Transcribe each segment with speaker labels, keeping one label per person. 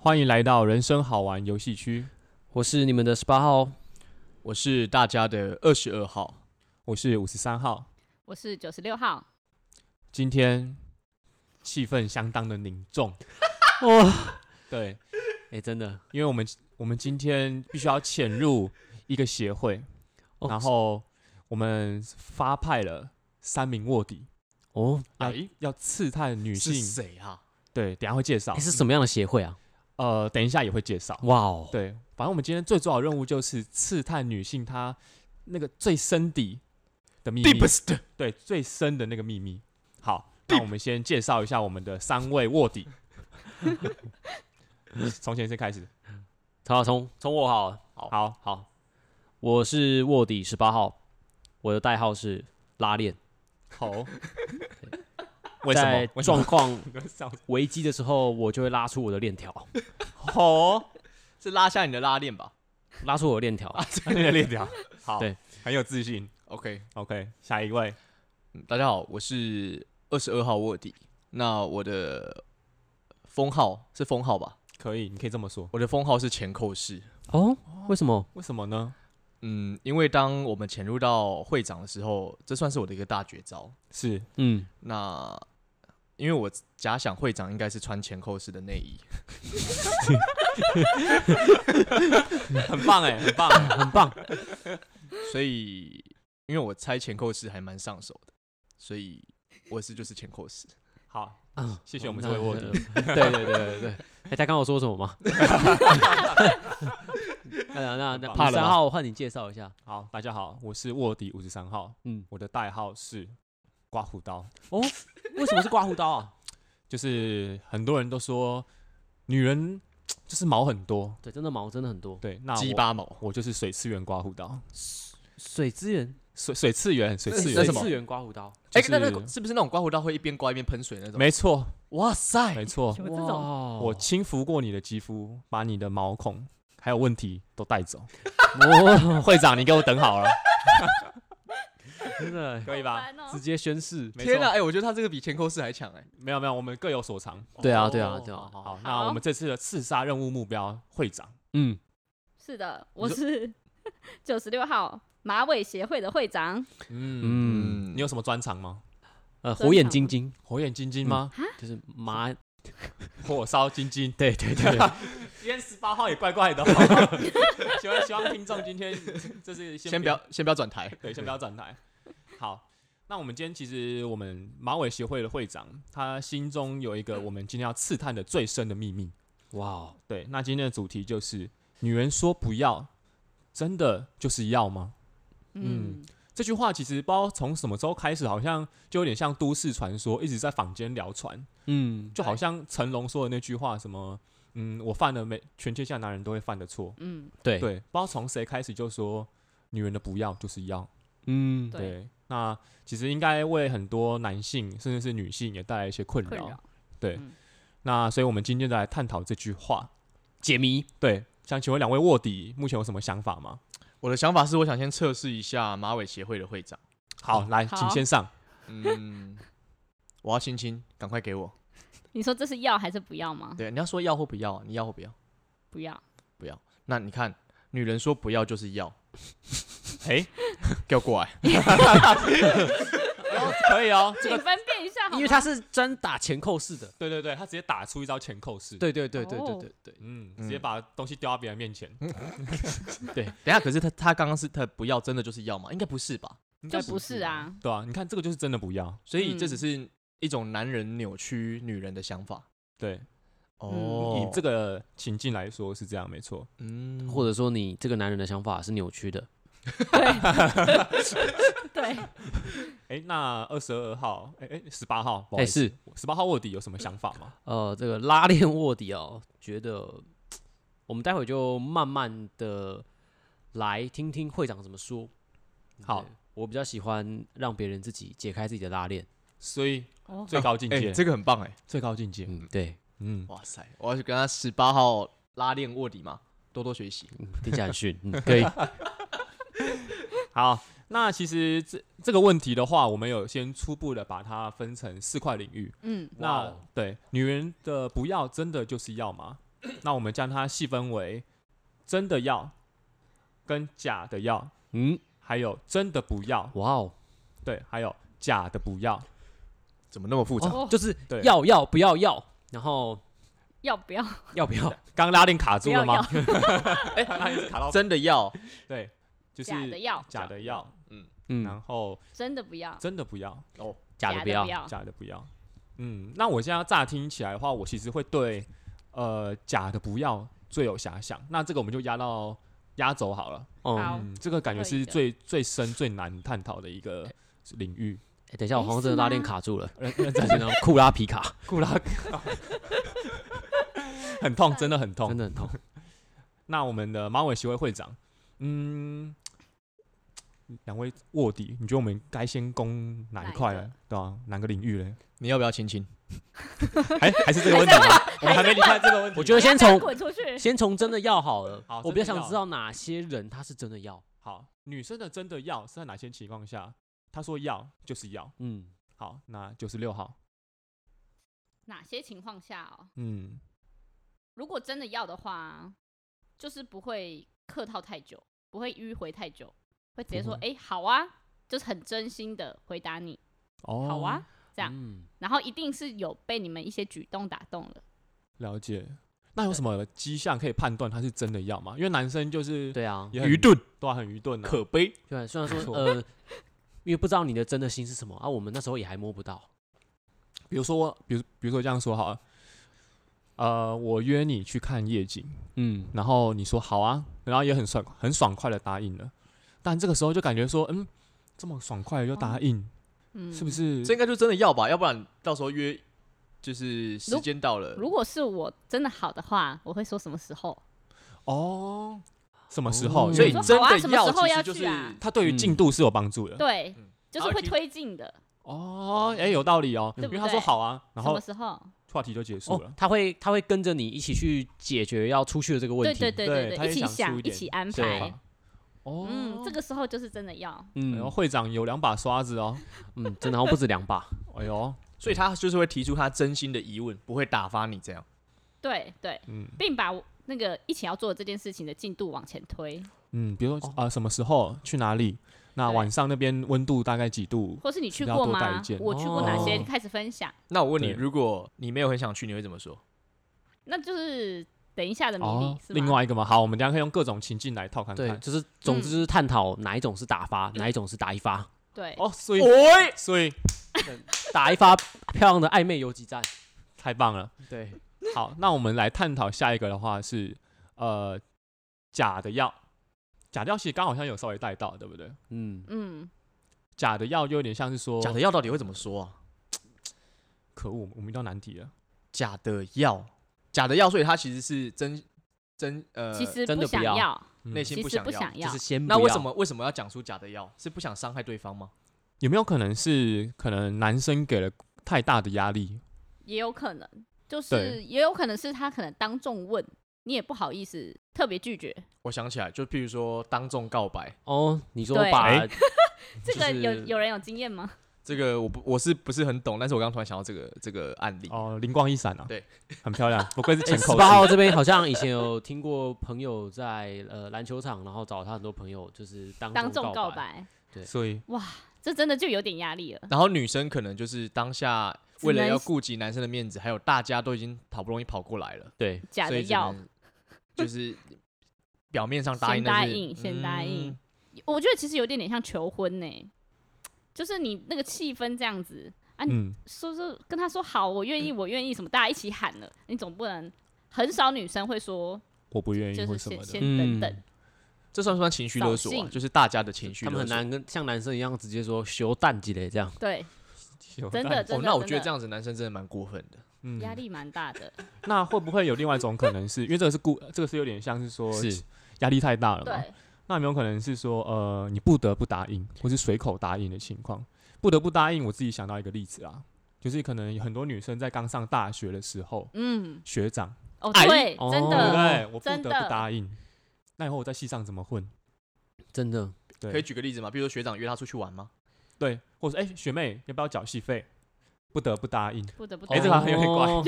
Speaker 1: 欢迎来到人生好玩游戏区，
Speaker 2: 我是你们的十八号，哦
Speaker 1: 我是大家的二十二号，我是五十三号。
Speaker 3: 我是九十六号，
Speaker 1: 今天气氛相当的凝重，
Speaker 2: 哇，
Speaker 1: 对，
Speaker 2: 哎，真的，
Speaker 1: 因为我们我们今天必须要潜入一个协会，
Speaker 2: 哦
Speaker 1: 然后我们发派了三名卧底，
Speaker 2: 哦，
Speaker 1: 要要刺探女
Speaker 4: 是
Speaker 1: 性，
Speaker 4: 谁啊？
Speaker 1: 对，等一下会介绍
Speaker 2: 诶，是什么样的协会啊？
Speaker 1: 呃，等一下也会介绍。
Speaker 2: 哇哦，
Speaker 1: 对，反正我们今天最主要的任务就是刺探女性她那个最深底的秘密，
Speaker 4: Deepest
Speaker 1: 对最深的那个秘密。好，那我们先介绍一下我们的三位卧底。 从先生开始，
Speaker 2: 好，从从我好了，
Speaker 1: 好，
Speaker 2: 好，我是卧底十八号，我的代号是拉链。
Speaker 1: 好， 为什
Speaker 2: 在
Speaker 1: 么？为什
Speaker 2: 状
Speaker 1: 么？
Speaker 2: 况危机的时候，我就会拉出我的链 条，
Speaker 4: 哦，是拉下你的拉链吧
Speaker 2: 拉出我的链条。
Speaker 1: 那个列表，好，
Speaker 2: 对，
Speaker 1: 很有自信。
Speaker 4: ？OK，
Speaker 1: OK，下一位，
Speaker 4: 嗯大家好，我是二十二号卧底。那我的封号是封号吧？
Speaker 1: 可以，你可以这么说。
Speaker 4: 我的封号是前扣式。
Speaker 2: 哦，为什么？
Speaker 1: 为什么呢？
Speaker 4: 嗯，因为当我们潜入到会长的时候，这算是我的一个大绝招。
Speaker 1: 是
Speaker 2: 嗯，
Speaker 4: 那因为我假想会长应该是穿前扣式的内衣，
Speaker 1: 很棒哎， 很棒欸，
Speaker 2: 很棒。
Speaker 4: 所以因为我猜前扣式还蛮上手的，所以我是就是前扣式。
Speaker 1: 好，
Speaker 2: 嗯，
Speaker 1: 谢谢我们这位卧底。
Speaker 2: 那。 对对对对对。哎，他刚我说什 么吗？ 那那那
Speaker 1: 怕
Speaker 2: 五
Speaker 1: 了
Speaker 2: 三
Speaker 1: 吗
Speaker 2: 号换你介绍一下。
Speaker 1: 好，大家好，我是卧底五十三号，
Speaker 2: 嗯，
Speaker 1: 我的代号是刮胡刀，
Speaker 2: 哦，为什么是刮胡刀啊？
Speaker 1: 就是很多人都说女人就是毛很多，
Speaker 2: 对，真的毛真的很多。
Speaker 1: 对，那
Speaker 4: 鸡
Speaker 1: 我
Speaker 4: 巴毛，
Speaker 1: 我就是水次元刮胡刀，
Speaker 2: 水资源，
Speaker 1: 水水次元水次
Speaker 4: 是
Speaker 1: 元
Speaker 4: 那什么
Speaker 2: 呃水资源刮胡刀。
Speaker 4: 哎、
Speaker 1: 就是
Speaker 4: 那那个是不是那种刮胡刀会一边刮一边喷水那种？
Speaker 1: 没错
Speaker 4: 哇塞，
Speaker 1: 没错，
Speaker 3: 有这种
Speaker 2: 哦哇
Speaker 1: 我轻抚过你的肌肤，把你的毛孔还有问题都带走。
Speaker 2: 我
Speaker 1: 会长，你给我等好了，
Speaker 2: 真的
Speaker 1: 可以吧？
Speaker 3: 哦
Speaker 2: 直接宣誓。
Speaker 1: 没
Speaker 4: 天
Speaker 1: 错
Speaker 4: 哪、，哎、我觉得他这个比前扣式还强哎、
Speaker 1: 没有没有，我们各有所长。哦
Speaker 2: 对啊对啊对啊
Speaker 1: 好，那我们这次的刺杀任务目标，会长
Speaker 2: 嗯，
Speaker 3: 是的，我是 九十六号马尾协会的会长，
Speaker 1: 嗯
Speaker 4: 嗯
Speaker 1: 你有什么专长吗？
Speaker 2: 呃，
Speaker 3: 真
Speaker 2: 火眼
Speaker 3: 的
Speaker 2: 金
Speaker 3: 吗
Speaker 2: 睛
Speaker 1: 火眼金睛吗？
Speaker 2: 就是麻，
Speaker 1: 嗯火烧金睛。
Speaker 2: 对对对，
Speaker 1: 今天十八号也怪 怪的、哦，希望希望听众今天这是
Speaker 4: 先不要先不要转台，
Speaker 1: 对，先不要转台。好，那我们今天其实我们马尾协会的会长，他心中有一个我们今天要刺探的最深的秘密。
Speaker 2: 哇哦，
Speaker 1: 嗯对，那今天的主题就是女人说不要，真的就是要吗？
Speaker 3: 嗯，
Speaker 1: 这句话其实不知道从什么时候开始，好像就有点像都市传说，一直在坊间流传，
Speaker 2: 嗯，
Speaker 1: 就好像成龙说的那句话，什么嗯，我犯了每全天下男人都会犯的错，
Speaker 3: 嗯，
Speaker 2: 对，
Speaker 1: 对，不知道从谁开始就说女人的不要就是要。
Speaker 2: 嗯，
Speaker 3: 对
Speaker 1: 对，那其实应该为很多男性甚至是女性也带来一些困
Speaker 3: 困
Speaker 1: 扰
Speaker 3: 扰。，
Speaker 1: 那所以我们今天就来探讨这句话。
Speaker 2: 解谜，
Speaker 1: 对，想请问两位卧底目前有什么想法吗？
Speaker 4: 我的想法是，我想先测试一下马尾协会的会长。
Speaker 1: 好，来，
Speaker 3: 好
Speaker 1: 请先 上。
Speaker 4: 嗯， 我要亲亲，赶快给我。
Speaker 3: 你说这是要还是不要吗？
Speaker 4: 对，你要说要或不要啊，你要或不要？
Speaker 3: 不要，
Speaker 2: 啊
Speaker 4: 那你看，女人说不要就是 要，
Speaker 1: 哎，
Speaker 4: 给我过来。
Speaker 1: 可以哦。
Speaker 3: 请分辨一下好吗，
Speaker 2: 因为他是专打前扣式的，
Speaker 1: 对对对，他直接打出一招前扣式。，
Speaker 2: 对对对对对
Speaker 3: 哦
Speaker 2: 对对，
Speaker 1: 嗯，
Speaker 4: 嗯
Speaker 1: 直接把东西丢到别人面
Speaker 3: 嗯
Speaker 1: 前，
Speaker 4: 等一下，可是他他刚刚是他不要，真的就是要吗？应该不是吧？
Speaker 1: 应该
Speaker 3: 就不是。啊，
Speaker 1: 对啊，你看这个就是真的不要。
Speaker 4: 所以这
Speaker 3: 嗯
Speaker 4: 只是一种男人扭曲女人的想法。
Speaker 1: 对，
Speaker 4: 哦
Speaker 1: 以，这个情境来说是这样，没错。
Speaker 4: 嗯，
Speaker 2: 或者说你这个男人的想法是扭曲的，
Speaker 3: 对，
Speaker 1: 哎，那二十二号，哎哎，十八号，
Speaker 2: 哎，是
Speaker 1: 十八号卧底有什么想法吗？
Speaker 2: 呃，这个拉链卧底哦，觉得我们待会就慢慢的来听听会长怎么说。
Speaker 1: 好
Speaker 2: 对，我比较喜欢让别人自己解开自己的拉链，
Speaker 1: 所以
Speaker 3: 哦，
Speaker 1: 最高境
Speaker 4: 哎、
Speaker 1: 界，
Speaker 4: 这个很棒哎、
Speaker 1: 最高境界。
Speaker 2: 嗯， 对，
Speaker 1: 嗯，
Speaker 4: 哇塞，我要去跟他十八号拉链卧底嘛，多多学习。
Speaker 2: 嗯听起来很逊，嗯，可以，
Speaker 1: 好，那其实这这个问题的话，我们有先初步的把它分成四块领域。
Speaker 3: 嗯，
Speaker 1: 哦那对女人的不要真的就是要吗？那我们将它细分为真的要、跟假的要，
Speaker 2: 嗯，
Speaker 1: 还有真的不要，
Speaker 2: 哇哦，
Speaker 1: 对，还有假的不要，
Speaker 4: 怎么那么复杂？
Speaker 2: 哦
Speaker 3: 哦
Speaker 2: 就是
Speaker 1: 对
Speaker 2: 要要不要要，然后
Speaker 3: 要不要？
Speaker 2: 要不要
Speaker 1: 刚拉链卡住了吗？
Speaker 3: 不
Speaker 1: 哎，拉链是卡到
Speaker 4: 真的要
Speaker 1: 对，就是
Speaker 3: 假 的要，
Speaker 1: 假的要，
Speaker 2: 嗯
Speaker 1: 然后
Speaker 3: 真的不要，
Speaker 1: 真的不要，
Speaker 2: 假的
Speaker 3: 的
Speaker 2: 不要，
Speaker 3: 要。
Speaker 1: 假的不要。嗯，那我现在乍听起来的话，我其实会对呃假的不要最有遐想。那这个我们就压到压轴好了。
Speaker 2: 嗯
Speaker 3: 好，
Speaker 1: 嗯，这个感觉
Speaker 3: 可以
Speaker 1: 是
Speaker 3: 的
Speaker 1: 最最深最难探讨的一个领域。呃
Speaker 2: 哎等一下我好像真的拉链卡住了，
Speaker 1: 认认
Speaker 2: 这
Speaker 1: 真
Speaker 2: 是那种库拉皮卡，
Speaker 1: 库拉， 很痛，真的很痛
Speaker 2: 真。的很 痛，
Speaker 1: 那我们的马尾协会会长，嗯，两位卧底，你觉得我们该先攻哪一块
Speaker 3: 哪一
Speaker 1: 呢
Speaker 3: 个？
Speaker 1: 对啊，哪个领域嘞？
Speaker 4: 你要不要亲亲？
Speaker 1: 还还是这个问题吗？我们还没离开这个问题。
Speaker 2: 我觉得先
Speaker 3: 不要
Speaker 2: 从
Speaker 3: 滚出去！
Speaker 2: 先从真的要好了
Speaker 1: 好，
Speaker 2: 我比较
Speaker 1: 哦真的
Speaker 2: 想
Speaker 1: 要
Speaker 2: 知道哪些人他是真的要，
Speaker 1: 好，女生的真的要是在哪些情况下？她说要就是要，
Speaker 2: 嗯，
Speaker 1: 好，那九十六号，
Speaker 3: 哪些情况下哦？
Speaker 1: 嗯，
Speaker 3: 如果真的要的话，就是不会客套太久，不会迂回太久，会直接说：“
Speaker 1: 不
Speaker 3: 哎、好啊！”就是很真心的回答你
Speaker 1: 哦，
Speaker 3: 好啊”，这样
Speaker 2: 嗯，
Speaker 3: 然后一定是有被你们一些举动打动了。
Speaker 1: 了解。那有什么迹象可以判断她是真的要吗？因为男生就是
Speaker 2: 对啊，
Speaker 1: 也很
Speaker 4: 愚钝，
Speaker 1: 对啊，很愚钝啊。
Speaker 4: 可悲。
Speaker 2: 对，虽然
Speaker 1: 没
Speaker 2: 说
Speaker 1: 错
Speaker 2: 呃，因为不知道你的真的心是什么啊，我们那时候也还摸不到，
Speaker 1: 比如说，比如比如说这样说好了，呃，我约你去看夜景，
Speaker 2: 嗯，
Speaker 1: 然后你说好啊，然后也很爽很爽快的答应了，但这个时候就感觉说，嗯，这么爽快地就答应，
Speaker 3: 哦嗯，
Speaker 1: 是不？是？
Speaker 4: 这应该就真的要吧，要不然到时候约就是时间到了，
Speaker 3: 如果是我真的好的话，我会说什么时候？
Speaker 1: 哦，什么时候？
Speaker 2: 哦
Speaker 1: 所
Speaker 4: 所
Speaker 1: 以
Speaker 4: 以嗯
Speaker 3: 你说
Speaker 4: 真
Speaker 3: 好啊
Speaker 4: 的
Speaker 3: 什么时候
Speaker 4: 其
Speaker 3: 要
Speaker 4: 实
Speaker 3: 去
Speaker 4: 就是
Speaker 3: 啊
Speaker 1: 它对于进度是有帮助的。
Speaker 3: 对，
Speaker 4: 嗯
Speaker 3: 就是
Speaker 4: 好
Speaker 3: 会
Speaker 4: 听
Speaker 3: 推进的。
Speaker 1: 哦，哎，有道理哦，
Speaker 3: 对
Speaker 1: 因
Speaker 3: 不
Speaker 1: 为他
Speaker 3: 对
Speaker 1: 说好啊，然
Speaker 3: 什
Speaker 1: 后
Speaker 3: 么时候？
Speaker 1: 话题就结束
Speaker 2: 哦
Speaker 1: 了，。
Speaker 2: 他会他会跟着你一起去解决要出去的这个问
Speaker 3: 对
Speaker 2: 题，
Speaker 3: 对对
Speaker 1: 对
Speaker 3: 对
Speaker 1: 他也
Speaker 3: 一起
Speaker 1: 想出
Speaker 3: 想，
Speaker 1: 一
Speaker 3: 一
Speaker 1: 点
Speaker 3: 起安
Speaker 1: 对
Speaker 3: 排
Speaker 1: 吧。哦，
Speaker 3: 嗯，这个时候就是真的要。
Speaker 1: 哎呦
Speaker 2: 嗯
Speaker 1: 会长有两把刷子哦。
Speaker 2: 嗯，真的好像不止两 把，
Speaker 1: 哎呦，
Speaker 4: 所以他就是会提出他真心的疑问，不会打发你这样。
Speaker 3: 对对，
Speaker 1: 嗯
Speaker 3: 并把我那个一起要做的这件事情的进度往前推，
Speaker 1: 嗯，比如说啊，什么时候去哪里？那
Speaker 3: 哦对
Speaker 1: 晚上那边温度大概几度？
Speaker 3: 或是你去
Speaker 1: 要
Speaker 3: 过
Speaker 1: 多带一
Speaker 3: 吗
Speaker 1: 件？
Speaker 3: 我去过哪些？
Speaker 2: 哦
Speaker 3: 开始分享，
Speaker 4: 那我问你，
Speaker 1: 对
Speaker 4: 如果你没有很想去，你会怎么说？
Speaker 3: 那就是等一下的迷
Speaker 1: 哦
Speaker 3: 离，是吗？
Speaker 1: 另外一个嘛，好，我们等一下可以用各种情境来套看
Speaker 2: 对，
Speaker 1: 看。
Speaker 2: 就是总
Speaker 3: 嗯
Speaker 2: 之就是探讨哪一种是打发，哪一种是打一发，
Speaker 3: 对，
Speaker 1: 哦，所以
Speaker 4: 喂，
Speaker 1: 所以
Speaker 2: 打一发漂亮的暧昧游击战，
Speaker 1: 太棒了。
Speaker 2: 对，
Speaker 1: 好，那我们来探讨下一个的话是，呃，假的药，假的药其实刚好像有稍微带到，对不对？
Speaker 2: 嗯，
Speaker 3: 嗯，
Speaker 1: 假的药就有点像是说，
Speaker 4: 假的要到底会怎么说啊？
Speaker 1: 可恶，我们遇到难题了。
Speaker 4: 假的要，假的要，所以他其实是真真呃，
Speaker 3: 其实
Speaker 2: 真的不
Speaker 3: 想
Speaker 2: 要
Speaker 3: 要，
Speaker 1: 嗯
Speaker 4: 内心
Speaker 3: 其实
Speaker 4: 不想
Speaker 3: 想
Speaker 2: 就
Speaker 3: 要
Speaker 2: 是，先
Speaker 4: 那
Speaker 2: 不
Speaker 4: 为
Speaker 2: 要
Speaker 4: 什么为什么要讲出假的要？是不想伤害对方吗？
Speaker 1: 有没有可能是可能男生给了太大的压力？
Speaker 3: 也有可能，就
Speaker 1: 对
Speaker 3: 是也有可能是他可能当众问，你也不好意思特别拒绝，
Speaker 4: 我想起来，就譬如说当众告白，
Speaker 2: 哦，你说
Speaker 3: 对
Speaker 2: 把
Speaker 1: 哎
Speaker 3: 这个有
Speaker 2: 就是哎
Speaker 3: 有人有经验吗？
Speaker 4: 这个我不我是不是很懂，但是我刚刚突然想到这个这个案例，
Speaker 1: 哦，灵光一闪啊，
Speaker 4: 对，
Speaker 1: 很漂亮，不愧 是前
Speaker 2: 十
Speaker 1: 口
Speaker 2: 八
Speaker 1: 气。
Speaker 2: 号这边好像以前有听过朋友在呃篮球场，然后找他很多朋友就是当
Speaker 3: 当众
Speaker 2: 告
Speaker 3: 告，白，
Speaker 1: 所以
Speaker 3: 这真的就有点压力了。
Speaker 4: 然后女生可能就是当下
Speaker 3: 只
Speaker 4: 为了
Speaker 3: 能
Speaker 4: 要顾及男生的面子，还有大家都已经好不容易跑过来了，
Speaker 2: 对，
Speaker 3: 假
Speaker 4: 所
Speaker 3: 的
Speaker 4: 以只
Speaker 3: 要，
Speaker 4: 能就是表面上答
Speaker 3: 先
Speaker 4: 应，
Speaker 3: 答
Speaker 4: 但是
Speaker 3: 应，先答应。
Speaker 4: 嗯
Speaker 3: 我觉得其实有点点像求婚呢、就是你那个气氛这样子啊，你
Speaker 1: 嗯，
Speaker 3: 说说跟他说好，我
Speaker 4: 嗯
Speaker 3: 愿意，我愿意什么，大家一起喊了，你总不能很少女生会说
Speaker 1: 我不愿意
Speaker 3: 就
Speaker 1: 或
Speaker 3: 是
Speaker 1: 什么
Speaker 3: 先
Speaker 1: 的
Speaker 3: 先。
Speaker 2: 嗯
Speaker 3: 等等，
Speaker 4: 这算不算情绪勒索
Speaker 3: 扫
Speaker 4: 啊？
Speaker 3: 兴
Speaker 4: 就是大家的情绪
Speaker 2: 他
Speaker 4: 勒
Speaker 2: 们
Speaker 4: 索。
Speaker 2: 很难跟像男生一样直接说修蛋鸡嘞这样，
Speaker 3: 对，
Speaker 1: 有
Speaker 3: 真
Speaker 1: 但
Speaker 3: 的真
Speaker 4: 哦，
Speaker 3: 的，
Speaker 4: 那我
Speaker 3: 真
Speaker 4: 觉得
Speaker 3: 的
Speaker 4: 这样子男生真的蛮过分的。
Speaker 1: 嗯
Speaker 3: 压力蛮大的，
Speaker 1: 那会不会有另外一种可能是，因为这个是故，这个是有点像是说
Speaker 2: 是
Speaker 1: 压力太
Speaker 4: 嗯
Speaker 1: 大了嘛？
Speaker 3: 对，
Speaker 1: 那有没有可能是说，呃，你不得不答应，或是随口答应的情况？不得不答应，我自己想到一个例子啊，就是可能有很多女生在刚上大学的时候，
Speaker 3: 嗯，
Speaker 1: 学长，
Speaker 3: 哦，
Speaker 4: 哎
Speaker 3: 对，
Speaker 2: 哦
Speaker 3: 真
Speaker 1: 对不
Speaker 3: 的，
Speaker 1: 对？我不
Speaker 3: 真
Speaker 1: 得
Speaker 3: 的
Speaker 1: 不答应，那以后我在系上怎么混？
Speaker 2: 真的，
Speaker 1: 对
Speaker 4: 可以举个例子吗？比如说学长约他出去玩吗？
Speaker 1: 对，或者哎、学妹要不要缴戏费？不得不答应，
Speaker 3: 不得不
Speaker 1: 哎这个好像有点怪
Speaker 2: 哦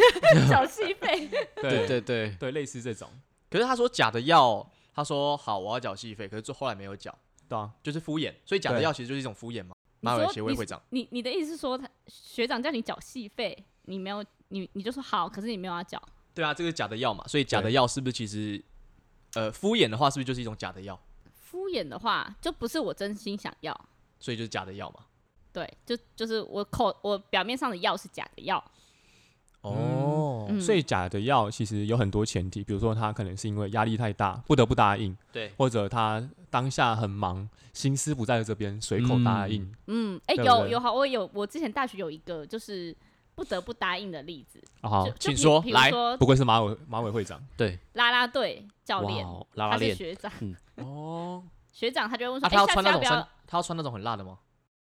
Speaker 3: 小戏 费，
Speaker 4: 对对对。
Speaker 1: 对，类似这种，
Speaker 4: 可是他说假的要，他说好我要缴戏费，可是最后来没有缴，
Speaker 1: 对啊，
Speaker 4: 就是敷衍。所以假的
Speaker 1: 对
Speaker 4: 要其实就是一种敷衍嘛。
Speaker 3: 你
Speaker 4: 马尾
Speaker 3: 说
Speaker 4: 协会
Speaker 3: 你
Speaker 4: 会长，
Speaker 3: 你你的意思是说他学长叫你缴戏费，你没有你你就说好，可是你没有要缴，
Speaker 4: 对啊，这个是假的要嘛，所以假的
Speaker 1: 对
Speaker 4: 要是不是其实，呃，敷衍的话是不是就是一种假的要？
Speaker 3: 敷衍的话就不是我真心想要，
Speaker 4: 所以就是假的要嘛。
Speaker 3: 对，就就是我口我表面上的要是假的要，
Speaker 1: 哦
Speaker 3: 嗯
Speaker 1: 所以假的药其实有很多前提，比如说他可能是因为压力太大，不得不答应，
Speaker 4: 对，
Speaker 1: 或者他当下很忙，心思不在这边，随口答应。
Speaker 3: 嗯，哎、
Speaker 1: 对不
Speaker 3: 有
Speaker 1: 对
Speaker 3: 有好，我有我之前大学有一个就是不得不答应的例子，
Speaker 1: 啊
Speaker 3: 就
Speaker 4: 嗯
Speaker 1: 好，
Speaker 3: 就
Speaker 4: 哦请
Speaker 3: 比
Speaker 4: 说
Speaker 3: 比
Speaker 4: 来
Speaker 3: 如说
Speaker 1: 不愧是马尾马尾会长
Speaker 4: 对，
Speaker 3: 啦啦队教练
Speaker 2: 哇，哦，拉拉
Speaker 3: 他是
Speaker 2: 链，
Speaker 3: 学长，
Speaker 1: 哦，
Speaker 3: 学长他就会问说，
Speaker 4: 啊，
Speaker 3: 哎、
Speaker 4: 他要
Speaker 3: 下
Speaker 4: 穿
Speaker 3: 次
Speaker 4: 那
Speaker 3: 要
Speaker 4: 种
Speaker 3: 不
Speaker 4: 穿
Speaker 3: 要，
Speaker 4: 他要嗯穿那种很辣的吗？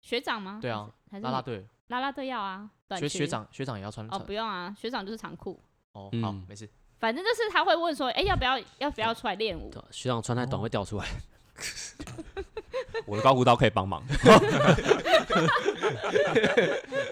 Speaker 3: 学长吗？
Speaker 4: 对啊，
Speaker 3: 还是
Speaker 4: 啦啦队，
Speaker 3: 啦啦队要啊，短
Speaker 4: 学学
Speaker 3: 裙
Speaker 4: 长学长也要穿
Speaker 3: 哦，
Speaker 4: 长
Speaker 3: 不用啊，学长就是长裤。
Speaker 4: 哦，好，
Speaker 2: 嗯
Speaker 4: 没事。
Speaker 3: 反正就是他会问说，哎、要不要要不要出来练舞？
Speaker 2: 对学长穿太
Speaker 3: 哦
Speaker 2: 短会掉出来，
Speaker 1: 我的高古刀可以帮忙。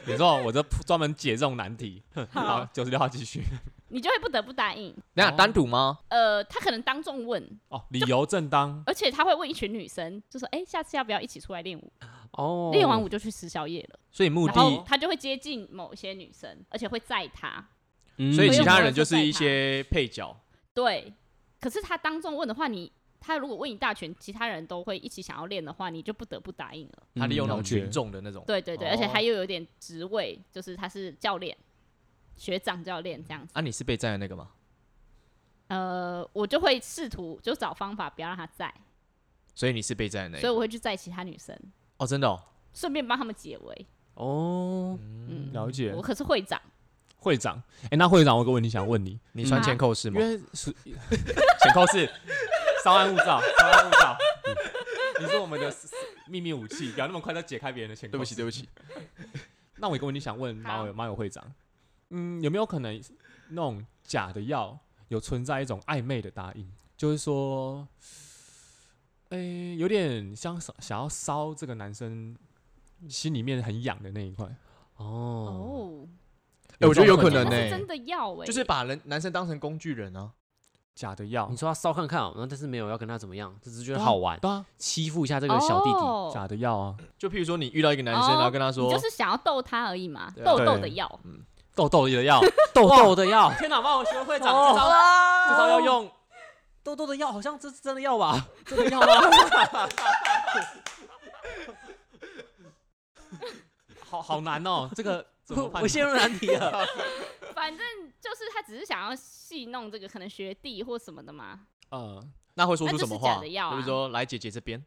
Speaker 1: 你说我这专门解这种难题，好，九十六号继续
Speaker 3: 你就会不得不答应。
Speaker 4: 那单独吗？
Speaker 3: 呃，他可能当众问，
Speaker 1: 哦，理由正当，
Speaker 3: 而且他会问一群女生，就说，哎、下次要不要一起出来练舞？
Speaker 2: 哦，
Speaker 3: 练完舞就去吃宵夜了。
Speaker 4: 所以目
Speaker 3: 然后
Speaker 4: 的，
Speaker 3: 他就会接近某一些女生，而且会载她。
Speaker 2: 嗯，
Speaker 4: 所以
Speaker 3: 我
Speaker 4: 其
Speaker 3: 又
Speaker 4: 他
Speaker 3: 没有
Speaker 4: 人就
Speaker 3: 说在
Speaker 4: 是一
Speaker 3: 他
Speaker 4: 些配角。
Speaker 3: 对，可是他当众问的话，你他如果问你大全，其他人都会一起想要练的话，你就不得不答应了。
Speaker 4: 他利用那
Speaker 1: 了
Speaker 4: 种
Speaker 1: 解
Speaker 4: 群众的那种，
Speaker 3: 对对对，而且
Speaker 4: 哦
Speaker 3: 他又有点职位，就是他是教练、学长教练这样子。
Speaker 4: 啊，你是被占的那个吗？
Speaker 3: 呃，我就会试图就找方法不要让他在，
Speaker 4: 所以你是被占的那
Speaker 3: 所以
Speaker 4: 个
Speaker 3: 我会去载其他女生，
Speaker 4: 哦，真的哦，
Speaker 3: 顺便帮他们解围。
Speaker 2: 哦，
Speaker 3: 嗯，
Speaker 1: 了解
Speaker 3: 我可是会长，
Speaker 1: 会长。哎、那会长，我有个问题想问你，
Speaker 4: 你穿
Speaker 3: 嗯
Speaker 4: 前扣是
Speaker 1: 因
Speaker 4: 吗？
Speaker 1: 为是前扣是稍安勿躁，稍安勿躁。你是我们的秘密武器，不要那么快就解开别人的前扣。
Speaker 4: 对不起，对不起，
Speaker 1: 那我有个问题想问马
Speaker 3: 好
Speaker 1: 友马友会长，嗯，有没有可能那种假的药有存在一种暧昧的答应，就是说，诶、有点像想想要烧这个男生心里面很痒的那一块。
Speaker 2: 哦，
Speaker 3: 哦，
Speaker 4: 哎我觉得有可
Speaker 1: 这
Speaker 4: 能
Speaker 1: 种
Speaker 3: 那
Speaker 4: 呢
Speaker 3: 是真的要哎、
Speaker 4: 就是把人男生当成工具人啊。
Speaker 1: 假的药
Speaker 2: 你，说他骚看看哦，然后但是没有要跟他怎么样，只是觉得好玩，
Speaker 1: 对啊，
Speaker 2: 欺负一下这个小弟弟，
Speaker 3: 哦
Speaker 1: 假的药啊，
Speaker 4: 就譬如说你遇到一个男生，
Speaker 3: 哦
Speaker 4: 然后跟他说
Speaker 3: 你就是想要逗他而已嘛，
Speaker 4: 对啊
Speaker 3: 逗逗
Speaker 1: 对
Speaker 3: 的要。
Speaker 1: 痘痘的 药。
Speaker 2: 痘痘的药，
Speaker 1: 天哪，帮我学会
Speaker 2: 长这招
Speaker 3: 啊
Speaker 1: 这
Speaker 2: 招要
Speaker 1: 用，
Speaker 2: 痘痘的药好像这是真的药吧？
Speaker 1: 真的要吗？好好难哦，这个 怎么办？
Speaker 2: 我陷入难题了。
Speaker 3: 反正就是他只是想要戏弄这个可能学弟或什么的嘛。
Speaker 1: 呃，
Speaker 4: 那会说
Speaker 3: 那
Speaker 4: 出
Speaker 3: 就
Speaker 4: 什么
Speaker 3: 是假
Speaker 4: 话？
Speaker 3: 的药
Speaker 4: 就
Speaker 3: 啊
Speaker 4: 是说来姐姐这边，